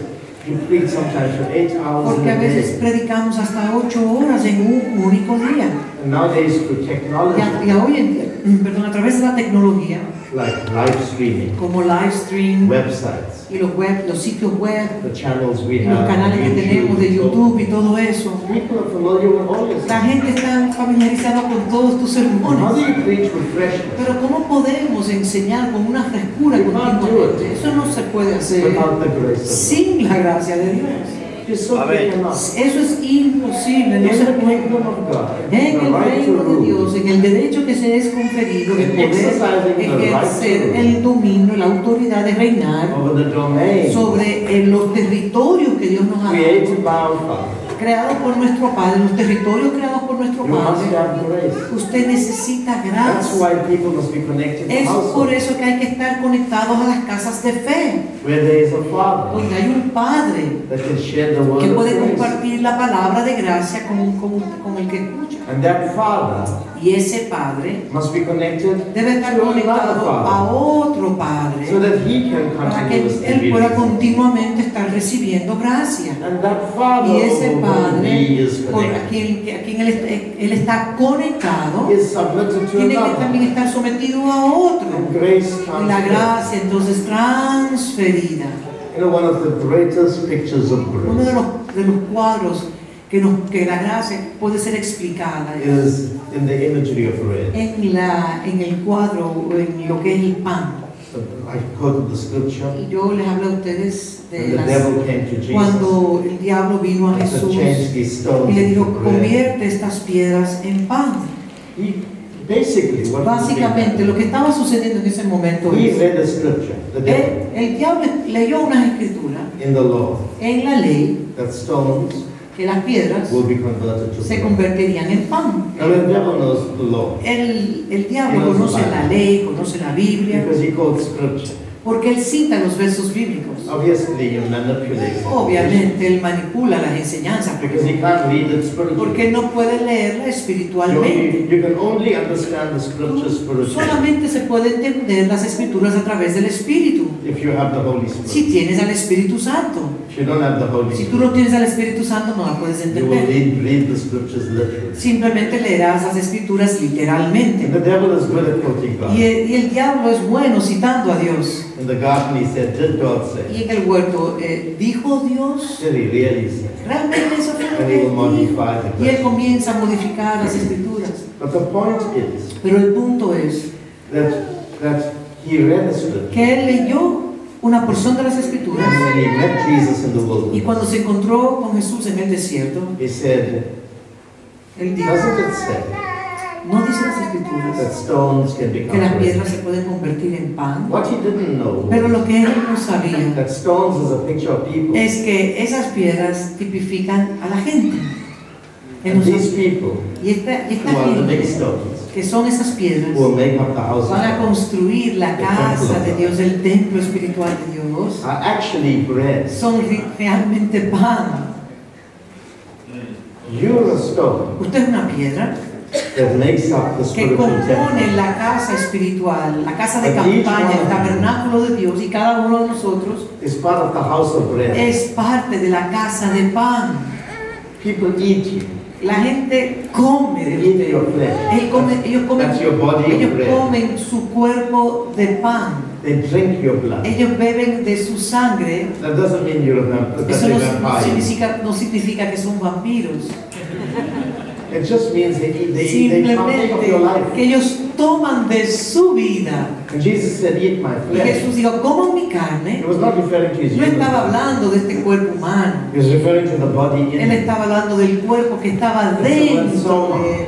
you preach sometimes for eight hours in
Porque a
a day.
veces predicamos hasta ocho horas en un único día.
And nowadays, through
Y a, y
technology,
a hoy en día, mm, perdón, a través de la tecnología,
like live streaming,
como live stream
websites,
y los, web, los sitios web,
the channels we
los
have,
canales que tenemos de YouTube y todo eso,
People are familiar with all this.
La gente está familiarizada con todos tus
How do
sermones.
you preach with freshness
Pero ¿cómo podemos enseñar con una frescura continuamente? Eso no se puede hacer
without the grace of
sin la gracia de Dios.
God? You simply cannot.
Eso es imposible,
In
no se
the
puede.
kingdom of God,
En
the
el
right to
reino de Dios,
rule
en el derecho que se es conferido de poder ejercer el dominio, la autoridad de reinar
over the domain
sobre eh, los territorios que Dios nos ha dado,
created by our Father,
creados por nuestro Padre, los territorios creados por nuestro
you must
Padre.
have grace.
Usted necesita
That's
gracia.
why people must be connected to
Es por
household,
eso que hay que estar conectados a las casas de fe,
where there is a
donde
Father
hay un padre
that can share the
que
word
puede
of grace.
compartir la palabra de gracia con, con- con el que escucha.
And that Father
Y ese padre
must be connected
debe estar
to another
conectado a
Father,
otro
so
padre
that he can
para que
continuously
él
be
pueda
received.
continuamente estar recibiendo gracia.
And that Father
Y ese
over whom he
padre
is
con a
connected
quien, a quien él, est- eh, él está conectado
is submitted to
tiene que
another.
también estar sometido a otro.
And grace
Y la
transferred.
gracia entonces transferida.
You know, one of the greatest pictures of
Uno de
grace
los, de los cuadros que, nos, que la gracia puede ser explicada es
is in the imagery of bread.
en, la, en el cuadro, o en lo que es el pan.
I quoted the scripture
Y yo les hablo a ustedes de
when the
las,
devil came to Jesus
cuando el diablo vino a
to
Jesús
change these
y
stones
le
into
dijo,
bread.
convierte estas piedras en pan.
He basically what was being
Básicamente lo
done,
que estaba sucediendo en ese momento
he
es,
read a scripture, the
el,
devil,
el diablo leyó unas escrituras
in the law
en la ley
that stones
que las piedras
will be converted to
se
bread.
convertirían en pan.
Now the devil knows the law
El, el diablo
Conoce
conoce
la
la ley, conoce la Biblia,
because he quotes scripture.
porque él cita los versos bíblicos.
Obviously, he manipulates. it
Obviamente él manipula las enseñanzas,
Because he
porque,
can't read it spiritually.
porque no puede leerla
You,
espiritualmente.
you can only understand the scriptures spiritually
Solamente se puede entender las escrituras a través del Espíritu.
if you have the Holy Spirit.
Si tienes al Espíritu Santo.
If you don't have the Holy
Si tú no
Spirit,
tienes al Espíritu Santo no la puedes
you will read,
entender.
read the scriptures literally.
Simplemente leerás las escrituras
And
literalmente.
the devil is good at quoting God.
Y el, y el diablo es bueno citando a Dios.
In the garden, he said, Did God say?
Y en el huerto, eh, dijo Dios,
Did he really say?
realmente eso fue lo
And
que
he will
él dijo.
modify the
Y él
question.
comienza a modificar las escrituras.
But the point is
Pero el punto es
that, that he read the scripture.
que él leyó una porción de las escrituras
And when he met Jesus in the
y cuando
wilderness,
se encontró con Jesús en el desierto,
he said,
él dijo,
Doesn't it say
no dicen las
that
escrituras
stones can
que
become
las
bread?
piedras se pueden convertir en pan.
What he didn't know
Pero lo que él no sabía
that stones is a picture of people.
es que esas piedras tipifican a la gente. En
And
nosotros.
these people
Y esta, y esta
who are the big
gente,
stones
que son esas piedras,
will make up the house of
van a
God
construir la casa de Dios, el templo espiritual de Dios,
are actually bread.
son re- realmente pan.
You're a stone
Usted es una piedra
that makes up the
que
spiritual
compone
temple.
la casa espiritual, la casa de
But each
campaña, el
one-
tabernáculo de Dios y cada uno de nosotros
It's part of the house of bread.
es parte de la casa de pan.
People eat you.
La gente come
They
de
eat
usted.
your flesh.
Él come- ellos comen,
That's your body of
ellos
bread.
comen su cuerpo de pan.
They drink your blood.
Ellos beben de su sangre.
That doesn't mean you're a vampire.
Eso no, no
vampire.
significa, no significa que son vampiros.
It just means they eat, they eat, they partake of
Simplemente
your life.
que ellos toman de su vida.
And Jesus said, eat my
Y
flesh.
Jesús dijo, coman mi
He
carne.
was not referring to his
No
human
estaba
body.
hablando de este cuerpo humano.
He was referring to the body
Él
in
estaba hablando del cuerpo que estaba
Ese buen
dentro
soma.
de él.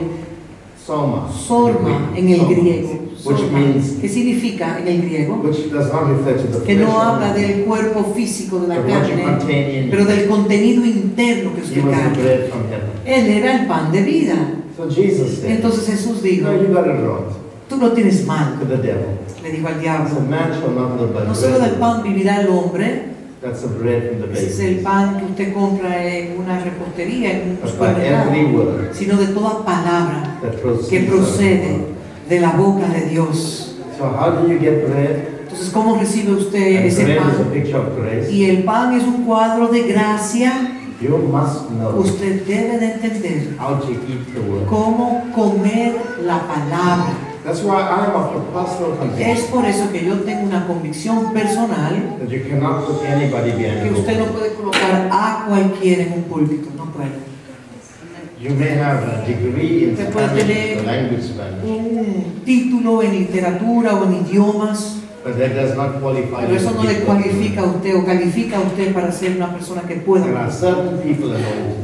Soma.
Sorma en el
Soma.
griego.
Which
Sorma,
means,
¿Qué significa en el griego?
which does not refer to the flesh.
que no
only,
habla del cuerpo físico de la
but what you
carne,
contain in
pero
you.
del contenido interno que es
He
tu
was the
carne.
bread from heaven.
Él era el pan de vida.
So Jesus said,
Entonces Jesús dijo,
No, you got it wrong.
tú no tienes mal,
To the devil.
le dijo al
I
diablo.
said, man shall not live by
No solo del
bread.
pan vivirá el hombre,
That's the bread from the
ese es el
baby.
pan que usted compra en una repostería, en un
But by every
supermercado,
word
sino de toda palabra
that proceeds.
que
out of
procede
God.
de la boca de Dios.
So how do you get bread?
Entonces, ¿cómo recibe usted
And
ese
bread is a
pan?
picture of grace.
Y el pan es un cuadro de gracia.
You must know
Usted debe de entender
how to eat the word.
cómo comer la palabra.
That's why I am of the personal
Es
conviction
por eso que yo tengo una convicción personal
that you cannot put anybody
que
behind
usted
you.
no puede colocar a cualquiera en un púlpito, no puede.
You may have a degree in
Usted puede
Spanish,
tener
the language Spanish,
Un título en literatura o en idiomas,
but that does not qualify
pero
you
eso
to
no le
be God.
cualifica a usted o califica a usted para ser una persona que
There
pueda.
are certain people in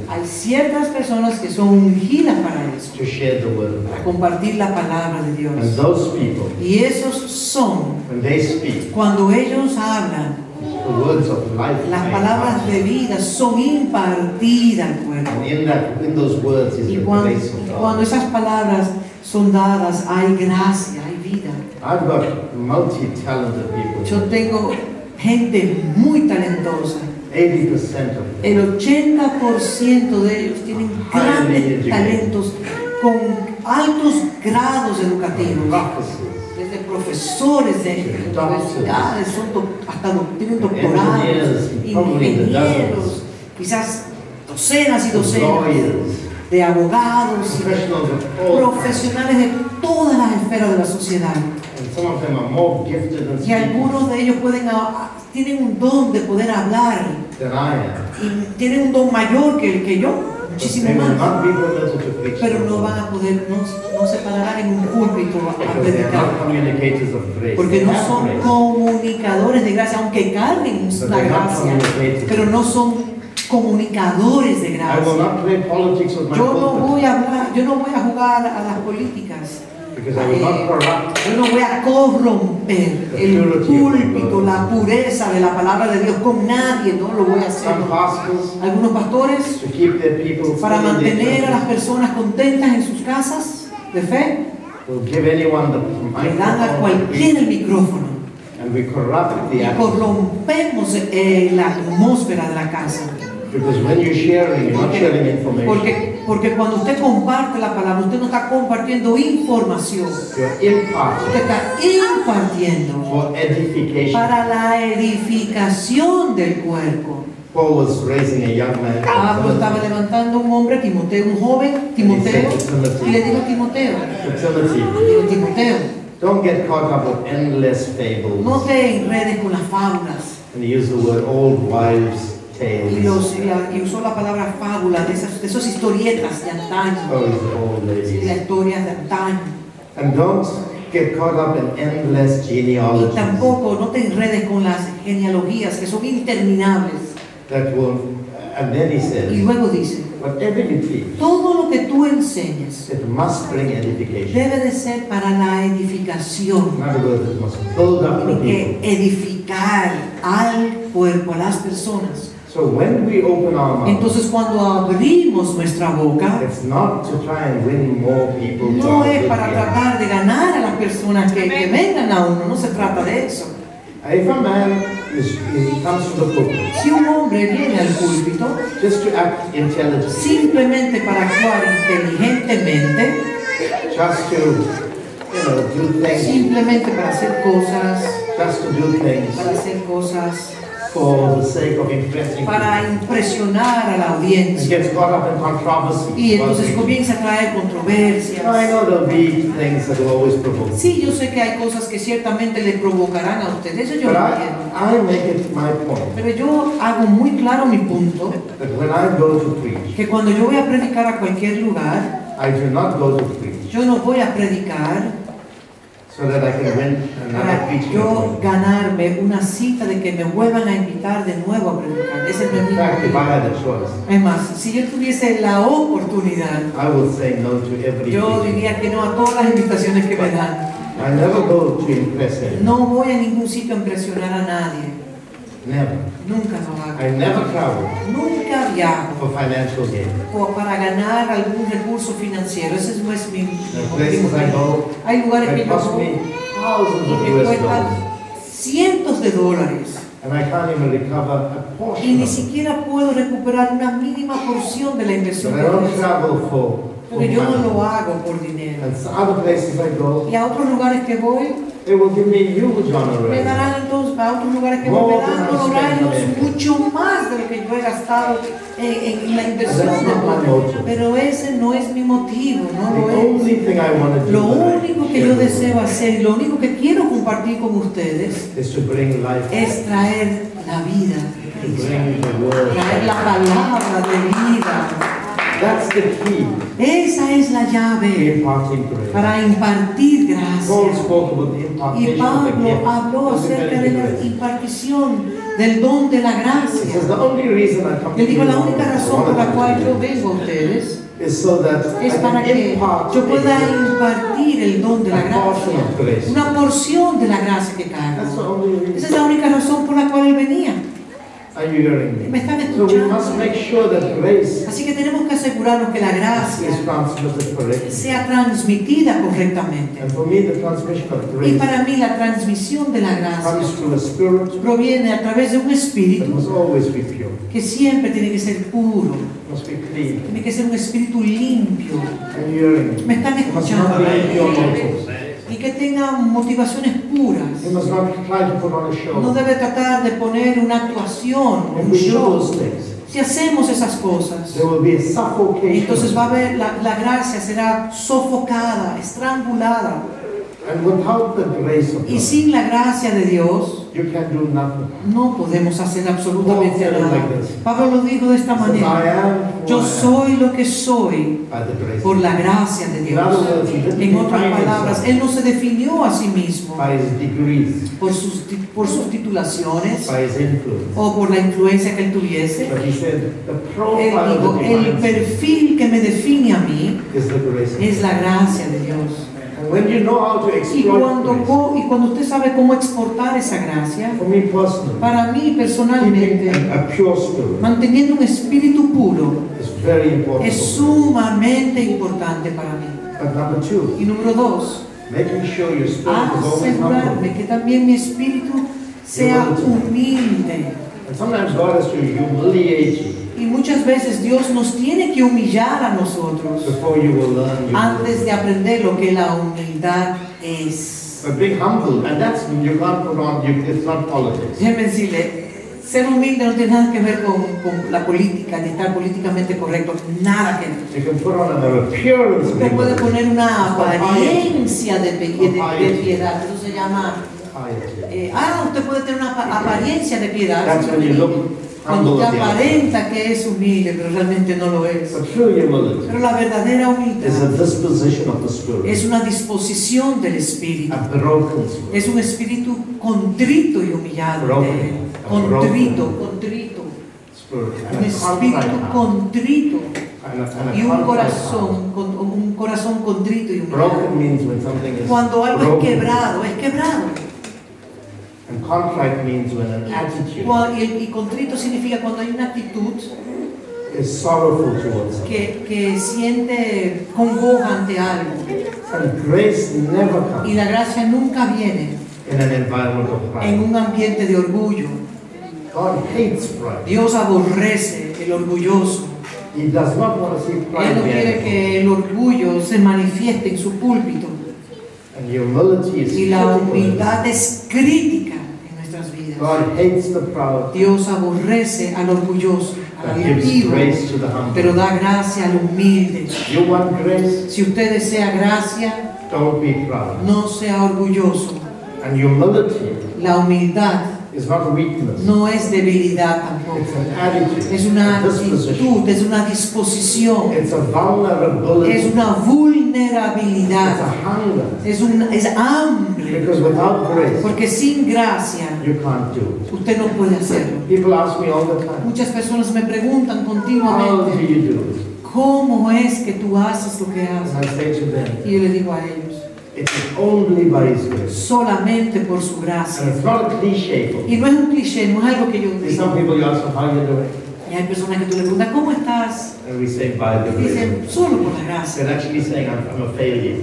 Hay ciertas personas que son ungidas para eso,
all to share the word.
para compartir la palabra de
And
Dios.
those people,
Y esos son,
when they speak,
cuando ellos hablan,
the words of life.
Las
are
palabras de
imparted.
vida son impartidas al cuerpo.
And in that, in those words is
Y
the
cuando,
grace of
y cuando
God.
esas palabras son dadas, hay gracia, hay vida.
I've got multi-talented
Yo
people.
tengo gente muy talentosa.
Eighty percent of them.
El 80% de ellos tienen grandes talentos con altos grados educativos.
Ah. Prophecies.
Desde profesores de universidades, son doc- hasta doc- tienen doctorados,
Engineers, probably in the
ingenieros,
dozens.
quizás docenas y docenas.
Lawyers.
de abogados, y de
Professionals of all kinds.
profesionales de todas las esferas de la sociedad.
And some of them are more gifted and
Y algunos
speakers
de ellos pueden, a- a- tienen un don de poder hablar
than I am.
y tienen un don mayor que el que yo,
But
muchísimo
they will
más.
not be permitted to preach.
Pero
the
no
word
van a poder, no, no se pararán en un púlpito a-
Because
a
they are not
predicar.
communicators of grace.
Porque
They
no
have
son
grace.
comunicadores de gracia, aunque carguen
But they
la
are not
gracia,
communicators.
pero no son comunicadores de
I
gracia.
will not play politics with my
Yo no
pulpit.
voy a hablar, yo no voy a jugar a las políticas. Eh,
Because I will not corrupt
yo no voy a corromper
The
el
purity of the
púlpito,
word.
la pureza de la palabra de Dios con nadie, no lo voy a hacer.
some pastors
Algunos pastores,
to keep their people
para
in their
mantener a las
churches,
personas contentas en sus casas de fe,
will give anyone the
le dan
microphone to preach,
a cualquiera el micrófono
and we corrupt
y
the atmosphere.
corrompemos eh, la atmósfera de la casa.
Because when you're sharing, you're not sharing
Porque,
information.
porque, porque cuando usted comparte la palabra, usted no está compartiendo información, usted
You're imparting
está impartiendo
for edification.
para la edificación del cuerpo.
Paul was raising a young man.
Pablo Ah, estaba levantando un hombre, Timoteo, un joven, Timoteo, y le dijo a Timoteo,
Fertility.
digo, Timoteo,
Don't get caught up with endless fables.
no te enredes con las fábulas.
And he used the word old wives' tales.
Y, los- y la- y usó la palabra fábula de esas, de esas historietas de antaño,
Stories of Oh, old
de las
ladies.
historias de antaño.
And don't get caught up in endless
Y
genealogies
tampoco no te enredes con las genealogías que son interminables.
that will. And then he
Y
says,
luego dice,
whatever you teach,
todo lo que tú enseñes
it must bring edification.
debe de ser para la
In
edificación.
other words, it must build up the
Tiene que
people.
edificar al cuerpo, a las personas.
So when we open our mouths,
Entonces cuando abrimos nuestra boca,
it's not to try and win more people. to
no
our
es
good
para
deeds.
tratar de ganar a las personas que, que vengan a uno, no se trata de eso.
If a man is, he comes to the pulpit
Si un hombre viene al púlpito
just to act intelligently,
simplemente para actuar inteligentemente,
just to, you know, do things,
simplemente para hacer cosas,
just to do
para
things
hacer cosas,
for the sake of impressing
para
people,
impresionar a la
and
audiencia.
gets caught up in controversy.
Y
about
entonces
things.
comienza a traer
I
controversias.
know there'll be things that will always provoke.
Sí, yo sé que hay cosas que ciertamente le provocarán a usted, eso yo
But
lo
I,
entiendo.
I make it my point
Pero yo hago muy claro mi punto,
that when I go to preach,
que cuando yo voy a predicar a cualquier lugar,
I do not go to preach
yo no voy a predicar
so that I can win another
para
preaching.
yo
appointment.
ganarme una cita de que me vuelvan a invitar de nuevo a predicar. Ese no es
In
mi
fact, if I
objetivo.
had a choice,
Es más, si yo tuviese la oportunidad,
I would say no to every.
Yo
preaching.
diría que no a todas las invitaciones que me dan.
I never go to impress him.
No voy a ningún sitio a impresionar a nadie.
Never.
Nunca lo hago.
I never travel
Nunca viajo
for financial gain.
o para ganar algún recurso financiero. Ese no es mi mi
places
objetivo.
I go
Hay lugares que
It
yo
cost me
voy
thousands
y
of
me
US
cuestan
dollars.
cientos de dólares
And I can't even recover a
y
portion
ni
of it.
siquiera puedo recuperar una mínima porción de la
But
inversión.
I
que
don't
hice.
travel for, for
Pero yo no
money.
lo hago por dinero.
And some other places I go,
Y a otros lugares que voy,
they will give me huge
Me
honorarium.
darán entonces a otros lugares que no me dan honorarios mucho más de lo que yo he gastado en, en la inversión. Pero ese no es mi motivo,
The
no lo es.
only thing I want to do
eh? Lo
when I
único que
share
yo
the
deseo
word
hacer y lo único que quiero compartir con ustedes
is to bring life,
es traer la vida de
to
Cristo,
bring the word.
traer la palabra de vida.
That's the key
Esa es la
to
llave
imparting grace.
para impartir
Paul
gracia.
spoke about the
Y
impartation of the gift.
Pablo habló
That's a very
acerca de
good
la
word.
impartición del don de la
He
gracia.
says, the only reason I come to
Él dijo,
you
la única razón por la cual yo
is
vengo a ustedes
so that I
es para
can
que
impart
yo pueda
a gift.
impartir el don de la gracia, una porción de la gracia que
That's the
cargo.
only
Esa
reason.
es la única razón por la cual él venía.
Are you hearing
Me
me?
están
So we must
escuchando.
make sure that grace
Así que tenemos que asegurarnos que la gracia
is transmitted correctly.
sea transmitida correctamente.
And for me, the transmission of
Y
grace
para mí la transmisión de la
comes
gracia
through a spirit
proviene a través de un
that
espíritu
must always be pure,
que siempre tiene que ser puro,
must be clean.
tiene que ser un espíritu limpio.
Are you hearing me?
Me están
It must not be impure
escuchando.
motives.
y que tenga motivaciones
It
puras.
must not try to put on a show.
No debe tratar de poner una actuación,
If
un
we do those
show.
things,
Si hacemos esas cosas,
there will be a suffocation.
entonces va a haber la, la gracia será sofocada, estrangulada.
And without the grace of
Y
God,
sin la gracia de Dios
you can do nothing.
no podemos hacer absolutamente nada. Pablo lo dijo de esta
Since I
manera.
am who
Yo
I am
soy lo que soy
by the grace
por
of
la gracia de
In other
Dios.
words, he didn't
En otras
define
palabras, él
himself
no se definió a sí mismo
by his degrees,
por sus, ti- por sus titulaciones.
by his influence.
o por la influencia que él tuviese.
But he said the
Él
profile of
dijo,
the
el
divine
perfil que me define a mí
is the grace of
es
God.
la gracia de Dios.
And when you know how to
Y
exploit
cuando,
grace,
co- y cuando usted sabe cómo exportar esa gracia,
for me personally,
para mí
keeping
personalmente,
a, a pure spirit
manteniendo un espíritu puro
is very important.
es sumamente importante para mí.
But number two,
Y número dos,
making sure your spirit
Ah,
is always humble.
asegurarme que también mi espíritu sea humilde.
And sometimes God has to humiliate you
Y muchas veces Dios nos tiene que humillar a nosotros
before you will learn your
antes de aprender lo que la humildad es.
But being humble, and that's you can't put on. You, it's not politics.
Déjeme decirle, ser humilde no tiene nada que ver con, con la política, de estar políticamente correcto, nada que ver.
You can put on an appearance. of
Usted puede poner una apariencia de, pe- de- de piedad, eso se llama...
piety.
eh, ah, usted puede tener una apa- apariencia de piedad.
That's when you look
Cuando
humble
usted
at the outside.
aparenta que es humilde, pero realmente no lo es.
But true humility
Pero la verdadera
is a
humildad
disposition of the spirit,
es una disposición del espíritu.
a broken spirit.
Es un espíritu contrito y humillado. ante Él. Contrito, contrito.
spirit
Un
and a contrite
espíritu
heart.
contrito
And a- and a
y
contrite
un
heart.
corazón, con- un corazón contrito y humillado.
Broken means when something is
Cuando algo es
broken.
quebrado, es quebrado.
And contrite means when an attitude
Cua- Y, y contrito significa cuando hay una actitud
is sorrowful towards us.
que, que siente congoja ante algo.
And grace never
Y
comes
la gracia nunca viene
in an environment of
en
pride.
un ambiente de orgullo.
God hates pride.
Dios aborrece el orgulloso.
He does not want to see
Él
pride
no quiere
there.
que el orgullo se manifieste en su púlpito. uh,
And humility is
Y la
critical.
humildad es crítica en nuestras vidas.
God hates the proud,
Dios aborrece al orgulloso,
but
al
gives
altivo,
grace to the
pero
humble.
da gracia al humilde.
You want grace,
Si usted desea gracia,
don't be proud.
no sea orgulloso.
And humility
La humildad
is not weakness.
no es debilidad tampoco.
It's an attitude.
Es una
a disposition.
actitud, es una disposición.
It's a vulnerability.
es una
It's a
vulnerabilidad,
hunger.
es, un, es hambre,
Because without grace,
porque sin gracia
you can't do
usted no puede hacerlo.
it. People ask me all the time,
Muchas personas me
how
preguntan
do
continuamente,
you do
¿cómo es que tú haces lo que
it? And
haces?
I say to them,
Y yo le digo a ellos,
it is only by His grace.
solamente por su gracia.
And it's not a cliche for me.
Y no es un cliché, no es algo que yo
See,
digo.
Some people you ask them, how you doing?
Y hay personas que tú le preguntas, ¿cómo estás?
And we say, by the
Y dicen,
grace.
solo por la gracia.
They're actually saying, I'm, I'm a failure.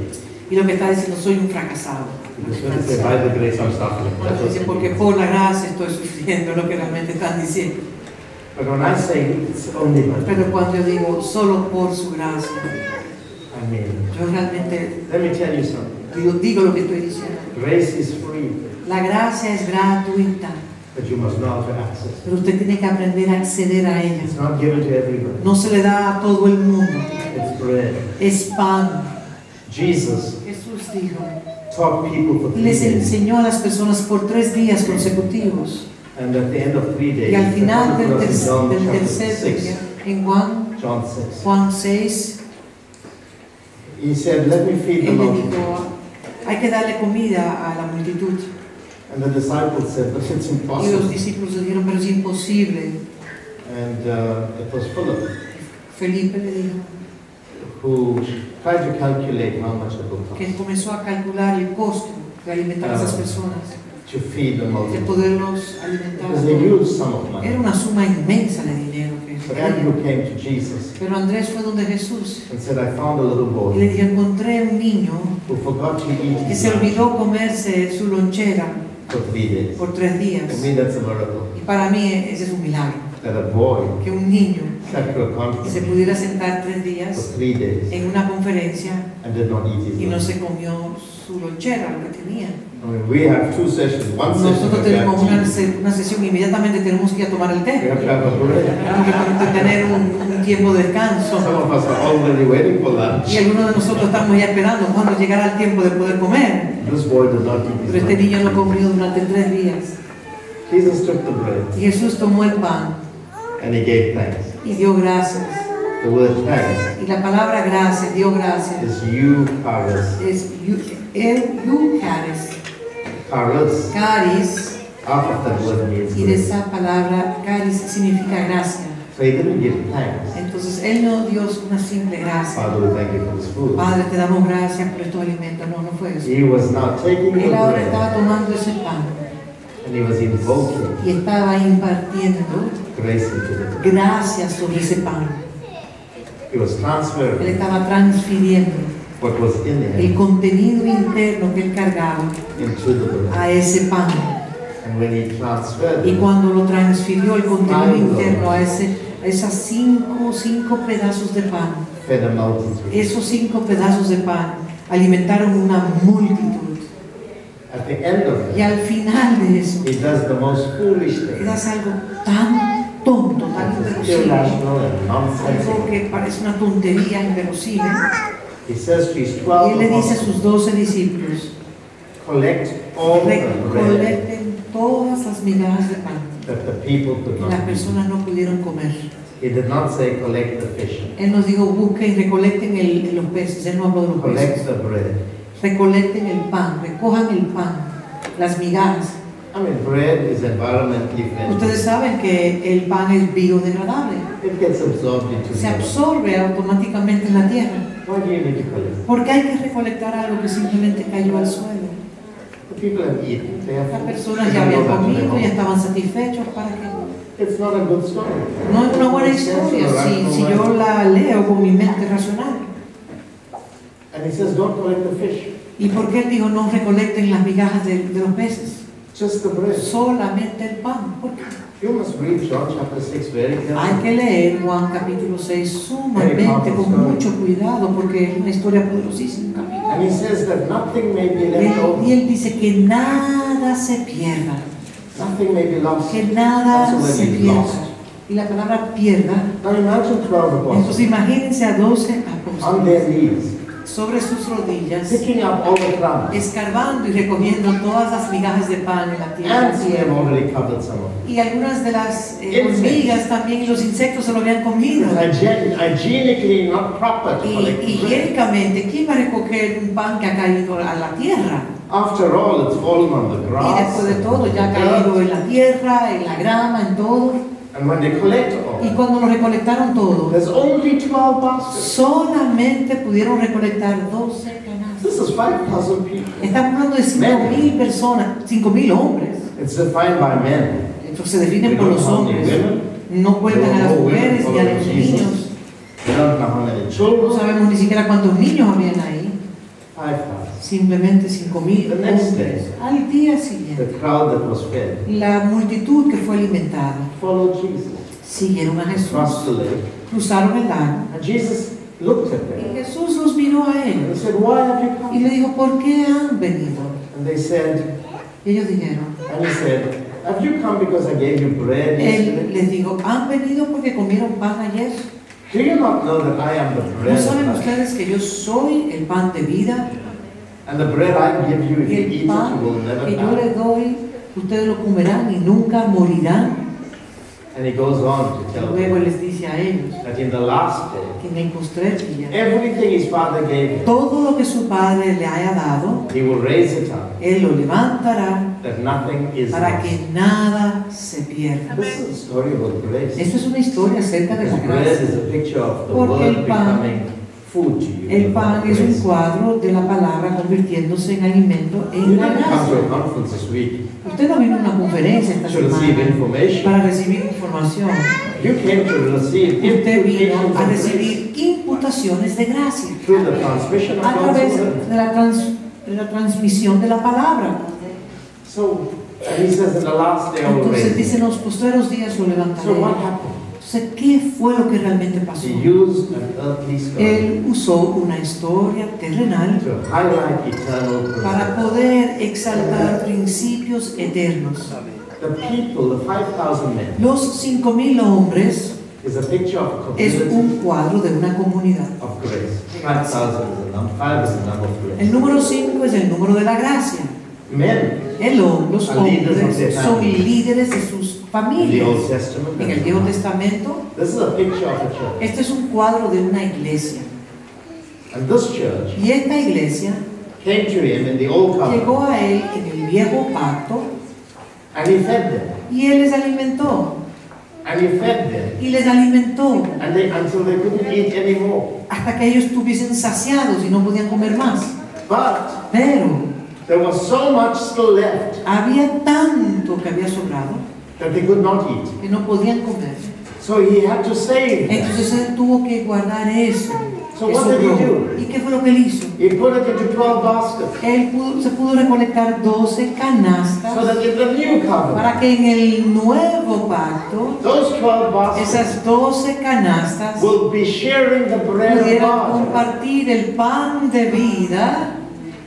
Y lo que está diciendo, soy un fracasado.
Because when they say, by the grace, I'm suffering. That's what
Dicen, porque por la gracia estoy sufriendo lo que realmente están diciendo.
But when I say, it's only by
Pero
grace,
cuando yo digo solo por su gracia,
I mean,
yo realmente
let me tell you something.
digo, digo lo que estoy diciendo.
Grace is free,
La gracia es gratuita,
but you must know how to access it.
pero usted tiene que aprender a acceder a ella.
It's not given to everybody.
No se le da a todo el mundo,
It's bread.
es pan.
Jesus
Jesús dijo,
taught people for
y
three
les
days.
enseñó a las personas por tres días consecutivos.
And at the end of three days,
Y al final
the
del,
Gospel of
ter-
John,
del
chapter
tercer día,
6,
en Juan,
John 6,
Juan 6,
he said, let me feed the
él le
multitude.
dijo, hay que darle comida a la multitud.
And the disciples said, but it's
Y los
impossible.
discípulos le dijeron, pero es imposible.
And uh, it was Philip
Felipe le dijo
who tried to calculate how much it will
que
cost
comenzó a calcular el costo de alimentar a esas personas,
to feed the
de
multitude.
poderlos
It
alimentar.
was a huge sum of money.
Era una suma inmensa de dinero. que
But
tenía.
Andrew came to Jesus
Pero Andrés fue donde Jesús
and said, I found a little
y le
boy
dijo, encontré un niño
who forgot to eat
que
his
se
lunch
olvidó comerse su lonchera
for three days.
por tres días.
To me, that's a miracle.
Y para mí ese es un milagro,
That a boy
que un niño
sat to a
se
conference
pudiera sentar tres
for
días
three days
en una conferencia
and did not eat his
y no
lunch.
se comió su lonchera, lo que tenía.
I mean, we have two sessions. One session
Nosotros
we have
tenemos una,
tea.
se- una sesión, inmediatamente tenemos que ir a tomar el té.
We have to have a break.
Tenemos que poner- tener un, un tiempo de
Some
descanso.
of us are already waiting for lunch.
Y algunos de nosotros estamos ya esperando cuando llegará el tiempo de poder comer.
This boy did not eat his
Pero este
lunch.
niño no comió durante tres días.
Jesus took the bread
Y Jesús tomó el pan
and he gave thanks.
y dio gracias.
The word thanks
Y la palabra gracias, dio gracias,
is you, Karis.
es eu- eucaris,
Karis,
caris,
half of that word means
y de
grace.
esa palabra caris significa gracia.
So he didn't give thanks.
Entonces Él nos dio una simple gracia.
Father, we thank you for this food.
Padre, te damos gracias por estos alimentos. No, no fue eso.
He was now taking the
Él ahora estaba
bread
tomando ese pan
and he was invoking
y estaba impartiendo
grace into it.
gracias sobre ese pan.
He was
Él
transferring
estaba transfiriendo
what was in
el
him
contenido interno que él cargaba
into the bread.
a ese pan.
And when he transferred
Y
it,
cuando lo transfirió el contenido
Ay, Lord.
interno a, ese, a esas cinco, cinco pedazos de pan,
fed a multitude.
esos cinco pedazos de pan alimentaron una multitud.
At the end of
Y
it,
al final de eso,
he does the most foolish thing.
das algo tan tonto, tan
It's
inverosímil,
irrational and
algo
nonsensical.
que parece una tontería inverosímil.
He says to his
Y él
twelve
le dice a
apostles,
sus doce discípulos,
collect all the bread
recolecten todas las migajas de pan.
that the people could
las
not eat.
personas no pudieron comer.
He did not say collect the fish,
Él nos dijo, busquen y recolecten el, los peces. Él no habló de los peces.
collect the bread.
Recolecten el pan, recojan el pan, las migajas.
I mean, bread is environmentally friendly.
Ustedes saben que el pan es biodegradable.
It gets absorbed into
Se
the
absorbe automáticamente en la tierra.
Why do you need to collect?
Porque hay que recolectar algo que simplemente cayó al suelo.
The people have eaten, they have
Las
food.
personas
They
ya
know
habían
that
comido,
they
ya
have-
estaban satisfechos. ¿Para qué?
It's not a good story.
No es una buena
It says in
historia
the
si,
rational
si
way.
yo la leo con mi mente racional.
And he says, don't collect the fish,
¿Y por qué él dijo no recolecten las migajas de- de los peces?
just the bread.
solamente el pan. ¿Por qué?
You must read John chapter 6 very
Hay
carefully.
que leer Juan capítulo 6 sumamente, con mucho cuidado, porque es una historia poderosísima.
And he says that nothing may be
Y
left
él, y
over,
él dice que nada se pierda,
nothing may be lost.
que nada se
Absolutely lost.
pierda. Y la palabra pierda,
Now imagine 12
entonces
apostles
imagínense a 12
on
apóstoles
their knees,
sobre sus rodillas,
picking up all the crumbs.
escarbando y recogiendo todas las migajas de pan en la tierra.
Ants may have already covered some of them.
Y algunas de las eh,
Insects.
hormigas también, y los insectos se lo habían comido.
It's hygiene- hygienically not proper to
Y
collect the bread.
higiénicamente, ¿quién va a recoger un pan que ha caído a la tierra?
After all, it's fallen on the
Y
grass.
después de todo, ya ha
dirt.
caído en la tierra, en la grama, en todo.
And when they collect
Y
all,
cuando lo recolectaron todo,
there's only 12 baskets.
solamente pudieron recolectar 12 canastas.
This is 5,000 people.
Estamos hablando de 5.000 personas, 5.000 hombres.
It's defined by men.
Entonces se definen por los hombres. No cuentan a las mujeres ni a los niños.
We don't know how many
No
children.
sabemos ni siquiera cuántos niños habían ahí.
5,000.
Simplemente 5.000 hombres. Al día siguiente.
The crowd that was fed
La multitud que fue alimentada
followed Jesus
siguieron a
across
Jesús,
the lake.
cruzaron el lago
And Jesus looked at
y
them
Jesús los miró a
and
ellos
he said, Why have you
y
come?
le dijo, ¿por qué han venido?
And they said,
Y ellos dijeron,
And he said, Have you come because I gave you bread
él
yesterday?
les dijo, han venido porque comieron pan ayer.
Do you not know that I am the
¿No
bread of
saben
life?
ustedes que yo soy el pan de vida?
And the bread I give you, if
Y
you eat it,
el
you
pan
will never
que yo
die.
les doy, ustedes lo comerán y nunca morirán.
And he goes on to
Y
tell
luego
them
les dice a ellos
that in the last day,
que en el postrer día,
everything his father gave him,
todo lo que su padre le haya dado,
he will raise it up,
él lo levantará
that nothing is
para
lost.
que nada se pierda.
This is a story about grace.
Esto es una historia acerca de la
Because bread
gracia.
is a picture of the
Porque el
word
pan-
becoming food to you.
El pan es un
Grace.
cuadro de la palabra convirtiéndose en alimento
You
en la
didn't come to a
gracia.
conference this week
Usted no vino a una conferencia esta
to receive
semana
information.
para recibir información.
You came to receive
Usted
implications
vino a
of grace
recibir imputaciones de gracia
through the transmission of
a
God's
través
word.
de la, trans- de la transmisión de la palabra.
So, and he says in the last day I will
Entonces
raise
dice,
it.
en los posteros días lo levantaré.
So what happened?
Entonces, ¿qué fue lo que realmente pasó?
He used an earthly story
Él usó una historia terrenal
to highlight eternal
para
principles.
poder exaltar principios eternos.
The people, the 5,000 men,
Los 5.000 hombres
is a picture of
es
community
un cuadro de una comunidad.
of grace. 5,000 is a number, 5 is a number of
El
grace.
número 5 es el número de la gracia.
Men
El, hom- los hombres son líderes de sus
in the Old
familias.
Testament.
En el Viejo Testamento,
This is a picture of a church.
este es un cuadro de una iglesia.
And this church
Y esta iglesia
came to him in the Old Covenant
llegó a él en el viejo pacto
and he fed them.
y él les alimentó.
and he fed them
y les alimentó
and they, until they couldn't eat anymore.
hasta que ellos estuviesen saciados y no podían comer más.
But
Pero
there was so much still left
había tanto que había sobrado
that they could not eat.
que no podían comer.
So he had to save them.
Entonces él tuvo que guardar eso.
So
que
what did he
sobró.
do?
¿Y qué fue lo que él hizo?
He put it into 12 baskets
Él pudo- se pudo recolectar 12
so
canastas
that in the new covenant,
para que en el nuevo pacto
those 12 baskets
esas 12 canastas
will be sharing the bread of
pudieran
God
compartir el pan de vida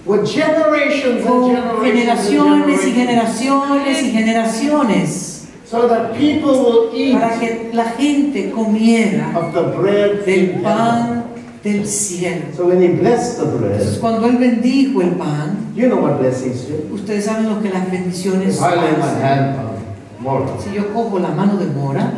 with generations and
con
generations. and
generaciones y
generations.
generaciones y generaciones
So that people will eat
para que la gente comiera
of the bread
del
in heaven.
pan del cielo.
So when he blessed the
Entonces
bread,
cuando él bendijo el pan,
you know what blessings do?
ustedes saben lo que las bendiciones
If I lay my
hacen.
hand on Mora
Si yo cojo la mano de Mora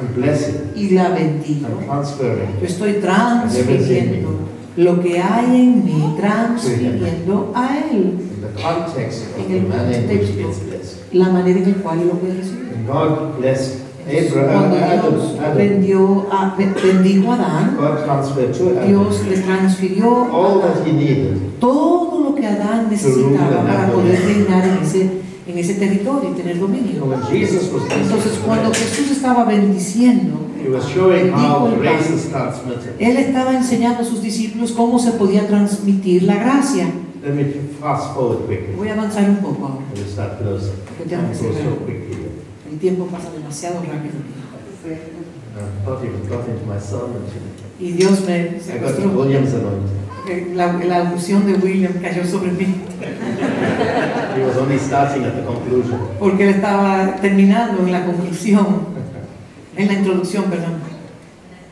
and bless it,
y la bendigo,
I'm transferring
yo estoy transfiriendo lo que hay en mí, transfiriendo a él
in the context of
En
the
el
manner in which
contexto.
it's blessed.
la manera en la cual lo recibe.
And God blessed Abraham,
Cuando
Adam,
Dios
Adam.
bendió a- bendijo a Adán,
God transferred to
Dios
Adam
le transfirió a
all
Adán
that he needed
todo lo que Adán necesitaba para poder reinar en ese, en ese territorio y tener
So
dominio.
when Jesus was
Entonces, cuando
blessed,
Jesús estaba bendiciendo,
he was showing how
bendijo el pan,
grace is transmitted.
él estaba enseñando a sus discípulos cómo se podía transmitir la gracia.
Let me fast forward quickly.
Voy a avanzar un poco ahora,
We start closing.
porque
It
tengo
goes
que
so
cerrar.
quickly.
El tiempo pasa demasiado rápido.
I thought uh, even got into my sermon.
Y Dios me
I got
secuestró.
Williams anointing.
Eh, La, la unción de William cayó sobre mí,
He was only starting at the conclusion.
porque él estaba terminando en la conclusión, en la introducción, perdón.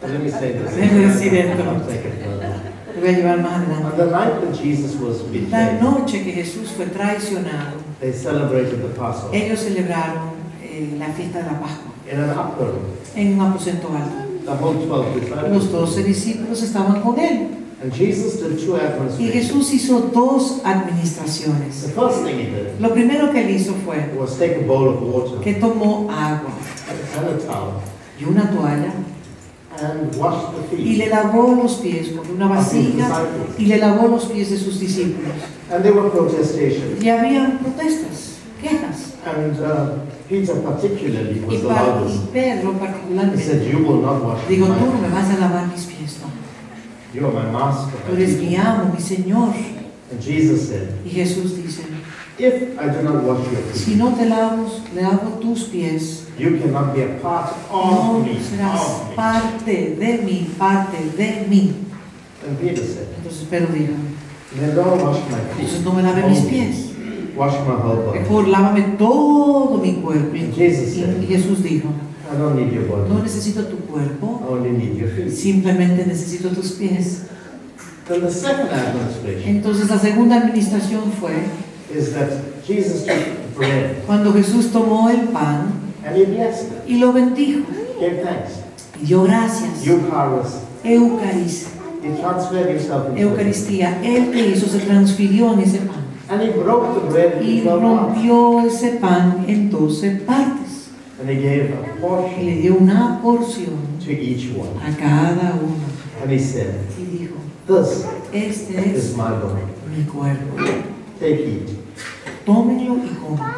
But let me say this.
Let me see that.
I'll take it further.
Lo voy a llevar más adelante.
On the night that Jesus was
La
betrayed,
noche que Jesús fue traicionado,
they celebrated the Passover
ellos celebraron eh, la fiesta de la Pascua
in an upper room.
en un aposento alto.
The whole 12
Los
disciples.
doce discípulos estaban con él
And Jesus did two
y
administrations.
Jesús hizo dos
The
administraciones.
first thing he did
Lo primero que él hizo fue
was take a bowl of water
que tomó agua
and a towel
y una toalla
and wash the
y
feet
le lavó los pies con una
of his
vasija
disciples.
y le lavó los pies de sus discípulos.
And there were protestations.
Y había protestas, quejas.
And uh, Peter particularly
Y,
was the
Pa- y
loudest.
Pedro
He
particularmente
said, you will not wash
digo, tú no
my
me vas a lavar mis pies, no.
You are my master.
Tú eres mi amo, mi Señor.
And Jesus said,
Y Jesús dice,
If I do not wash your feet,
si no te lavos, lavo tus pies,
you cannot be a part
no
of me.
serás
Of me.
parte de mí, parte de mí.
And Peter said,
Entonces Pedro dijo,
Then don't wash my
entonces
feet.
no me lave mis pies,
Wash my whole body.
mejor lávame todo mi cuerpo. Y y Jesús dijo,
I don't need your
no
body.
necesito tu
I
cuerpo,
only need your feet.
simplemente necesito tus pies.
Then the second administration
Entonces la segunda administración fue
is that Jesus took bread
cuando Jesús tomó el pan
and he blessed it,
y lo bendijo.
gave thanks.
Y dio gracias.
Eucharist.
Eucaristía.
He transferred himself into it.
Eucaristía. Él que hizo se transfirió en ese pan.
And he broke the bread
Y
into 12 parts.
rompió ese pan en 12 partes.
And he gave a
Y le
portion
dio una porción
to each one.
a cada uno.
And he said,
Y dijo,
This
este
is
es
my body.
mi cuerpo.
Take it.
Tómenlo y coman.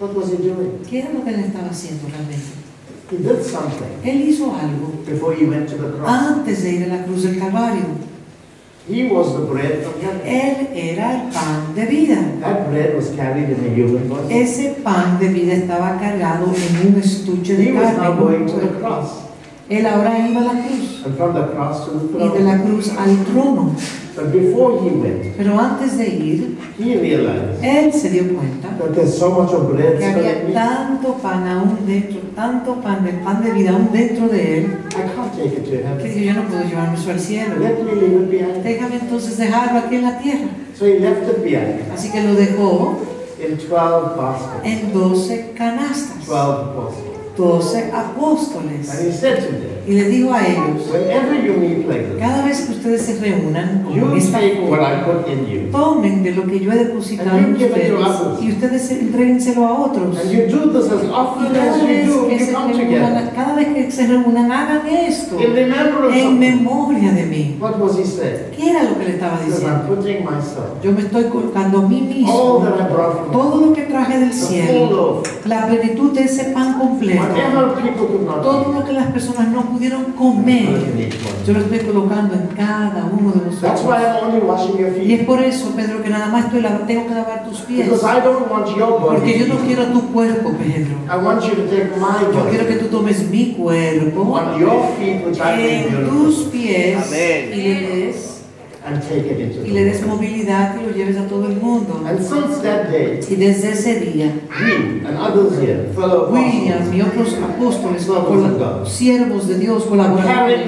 What was he doing?
¿Qué era lo que él estaba haciendo realmente?
He did something
Él hizo algo
before he went to the cross.
antes de ir a la cruz del Calvario.
He was the bread from heaven.
Él era el pan de vida.
That bread was carried in a human body.
Ese pan de vida estaba cargado en un estuche
He
de
was now
carne.
going to the cross
Él ahora iba a la cruz
and from the cross to the
y de
throne.
la cruz al trono.
But before he went,
Pero antes de ir,
he realized
él se dio cuenta
that there's so much of bread
que
still in
había
me.
tanto pan aún dentro, tanto pan del pan de vida aún dentro de él,
I can't take it to
que
heaven.
dijo, yo no puedo llevarme eso al cielo.
Let me leave it behind.
Déjame entonces dejarlo aquí en la tierra.
So he left it behind
Así que lo dejó
in 12 baskets.
en 12 canastas,
12 baskets.
doce apóstoles.
And he said to them,
Y les digo a ellos,
whenever you meet like this,
cada vez que ustedes se reúnan,
you
esta-
take what I put in you.
tomen de lo que yo he depositado en
And you give it to
ustedes
others.
y ustedes entréguenselo a otros.
And you do this as
Y
often
cada
as
vez
you do,
que
you
se
come
reúnan,
together.
cada vez que se reúnan, hagan esto
In remembrance
en
of me.
memoria de mí.
What was he saying?
¿Qué era lo que le estaba
He says,
diciendo?
I'm putting myself,
Yo me estoy colocando a mí
all
mismo
that I brought from
todo lo que traje del
the full
cielo,
loaf,
la plenitud de ese pan completo,
whatever people could not
todo
eat.
lo que las personas no pudieron
I
comer,
can eat one.
yo lo estoy colocando en cada uno de
That's why
nosotros.
I'm only washing your
Y es
feet.
por eso, Pedro, que nada más estoy lav- tengo que lavar tus pies.
Because I don't want your
Porque yo no
body.
quiero tu cuerpo, Pedro.
I want you to take my
Yo quiero que
body
tú tomes mi cuerpo
on your feet, which I think
en
beautiful,
tus pies
Amén.
y le, des,
and take it into
y le des
the world.
movilidad y lo lleves a todo el mundo.
And since that day,
Y desde ese día,
we and others here, fellow
William
apostles,
y otros apóstoles,
Siervos de
colab-
Dios.
siervos de Dios,
are carrying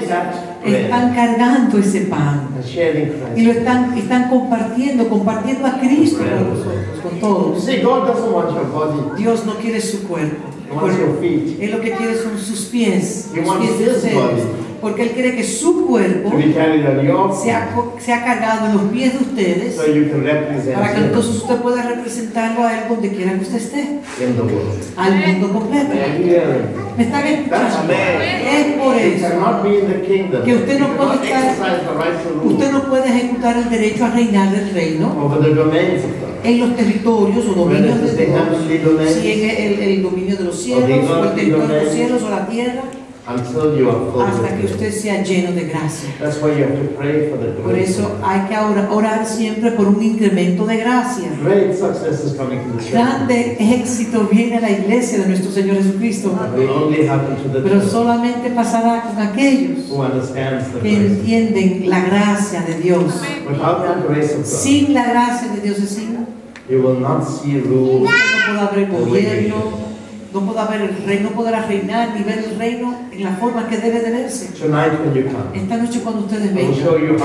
colaboradores,
that bread
están cargando ese pan
and sharing
y lo
Christ.
están, están compartiendo, compartiendo a Cristo con nosotros, con
You
todos.
see, God doesn't want your body.
Dios no quiere su cuerpo.
He wants your feet.
Él lo que quiere son sus pies,
He
los
wants
pies de
his
ustedes, porque Él quiere que su cuerpo
To be carried on your
se ha,
feet.
co- se ha cargado en los pies de ustedes
So you can
para que
represent
entonces
him
usted pueda representarlo a él donde quiera que usted esté,
in the world.
al mundo completo.
And hearing.
¿Me están escuchando? Es por
You
eso.
cannot be in the kingdom.
Que usted no
You
puede
cannot
estar-
exercise the rights of rule
Usted no puede ejecutar el derecho a reinar del reino
over the domains of God.
en los territorios o dominios de Dios, si en el, el dominio de los cielos, o el territorio de los cielos o la tierra,
until you are filled
hasta que
with
usted
grace.
sea lleno de gracia.
That's why you have to pray for the
Por
grace.
eso hay que orar, orar siempre por un incremento de gracia.
Great success is coming to the church.
Grande éxito viene a la iglesia de nuestro Señor Jesucristo.
It will only happen to the
pero
church
solamente pasará con aquellos
who understands the
que
grace.
entienden la gracia de Dios.
Without the grace of God,
Sin la gracia de Dios, es decir, no
you will not see rule.
puede haber gobierno, no podrá haber el reino, no podrá reinar ni ver el reino en la forma que debe de verse.
Tonight when you come,
Esta noche cuando ustedes
I will show
vengan,
you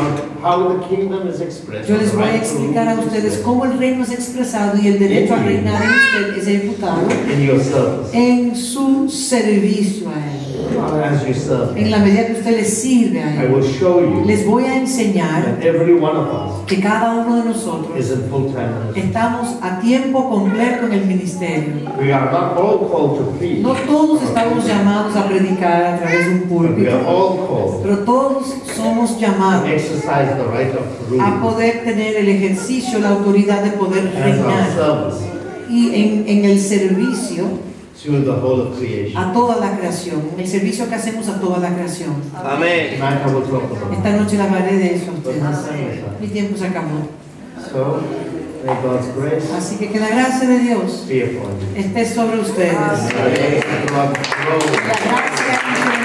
how, how the kingdom is expressed.
yo les voy a
Right to rule
explicar a
is
ustedes
there.
cómo el reino es expresado y el derecho a reinar en usted es ejecutado
In your service,
en su servicio a él,
as you serve.
en la medida que usted le sirve a
I
él.
will show you
Les voy a enseñar
that every one of us
que cada uno de nosotros
is in full-time ministry.
Estamos a tiempo completo en el ministerio.
We are not all called to preach.
No todos estamos llamados a predicar a través de un
But we are
púlpito,
all called
pero todos somos
to
llamados
exercise the right of
a
rule
poder tener el ejercicio, la autoridad de poder
as our
reinar
service
y en, en el servicio
to the whole of creation.
a toda la creación, en el servicio que hacemos a toda la creación.
Amén.
Tonight I will talk about it.
Esta noche la hablaré de eso a
But my son
ustedes.
is up.
Mi tiempo se acabó.
So, may God's grace
Así que que la gracia de Dios
be upon you.
esté sobre ustedes.
Amen. Lord,
La gracia y sobre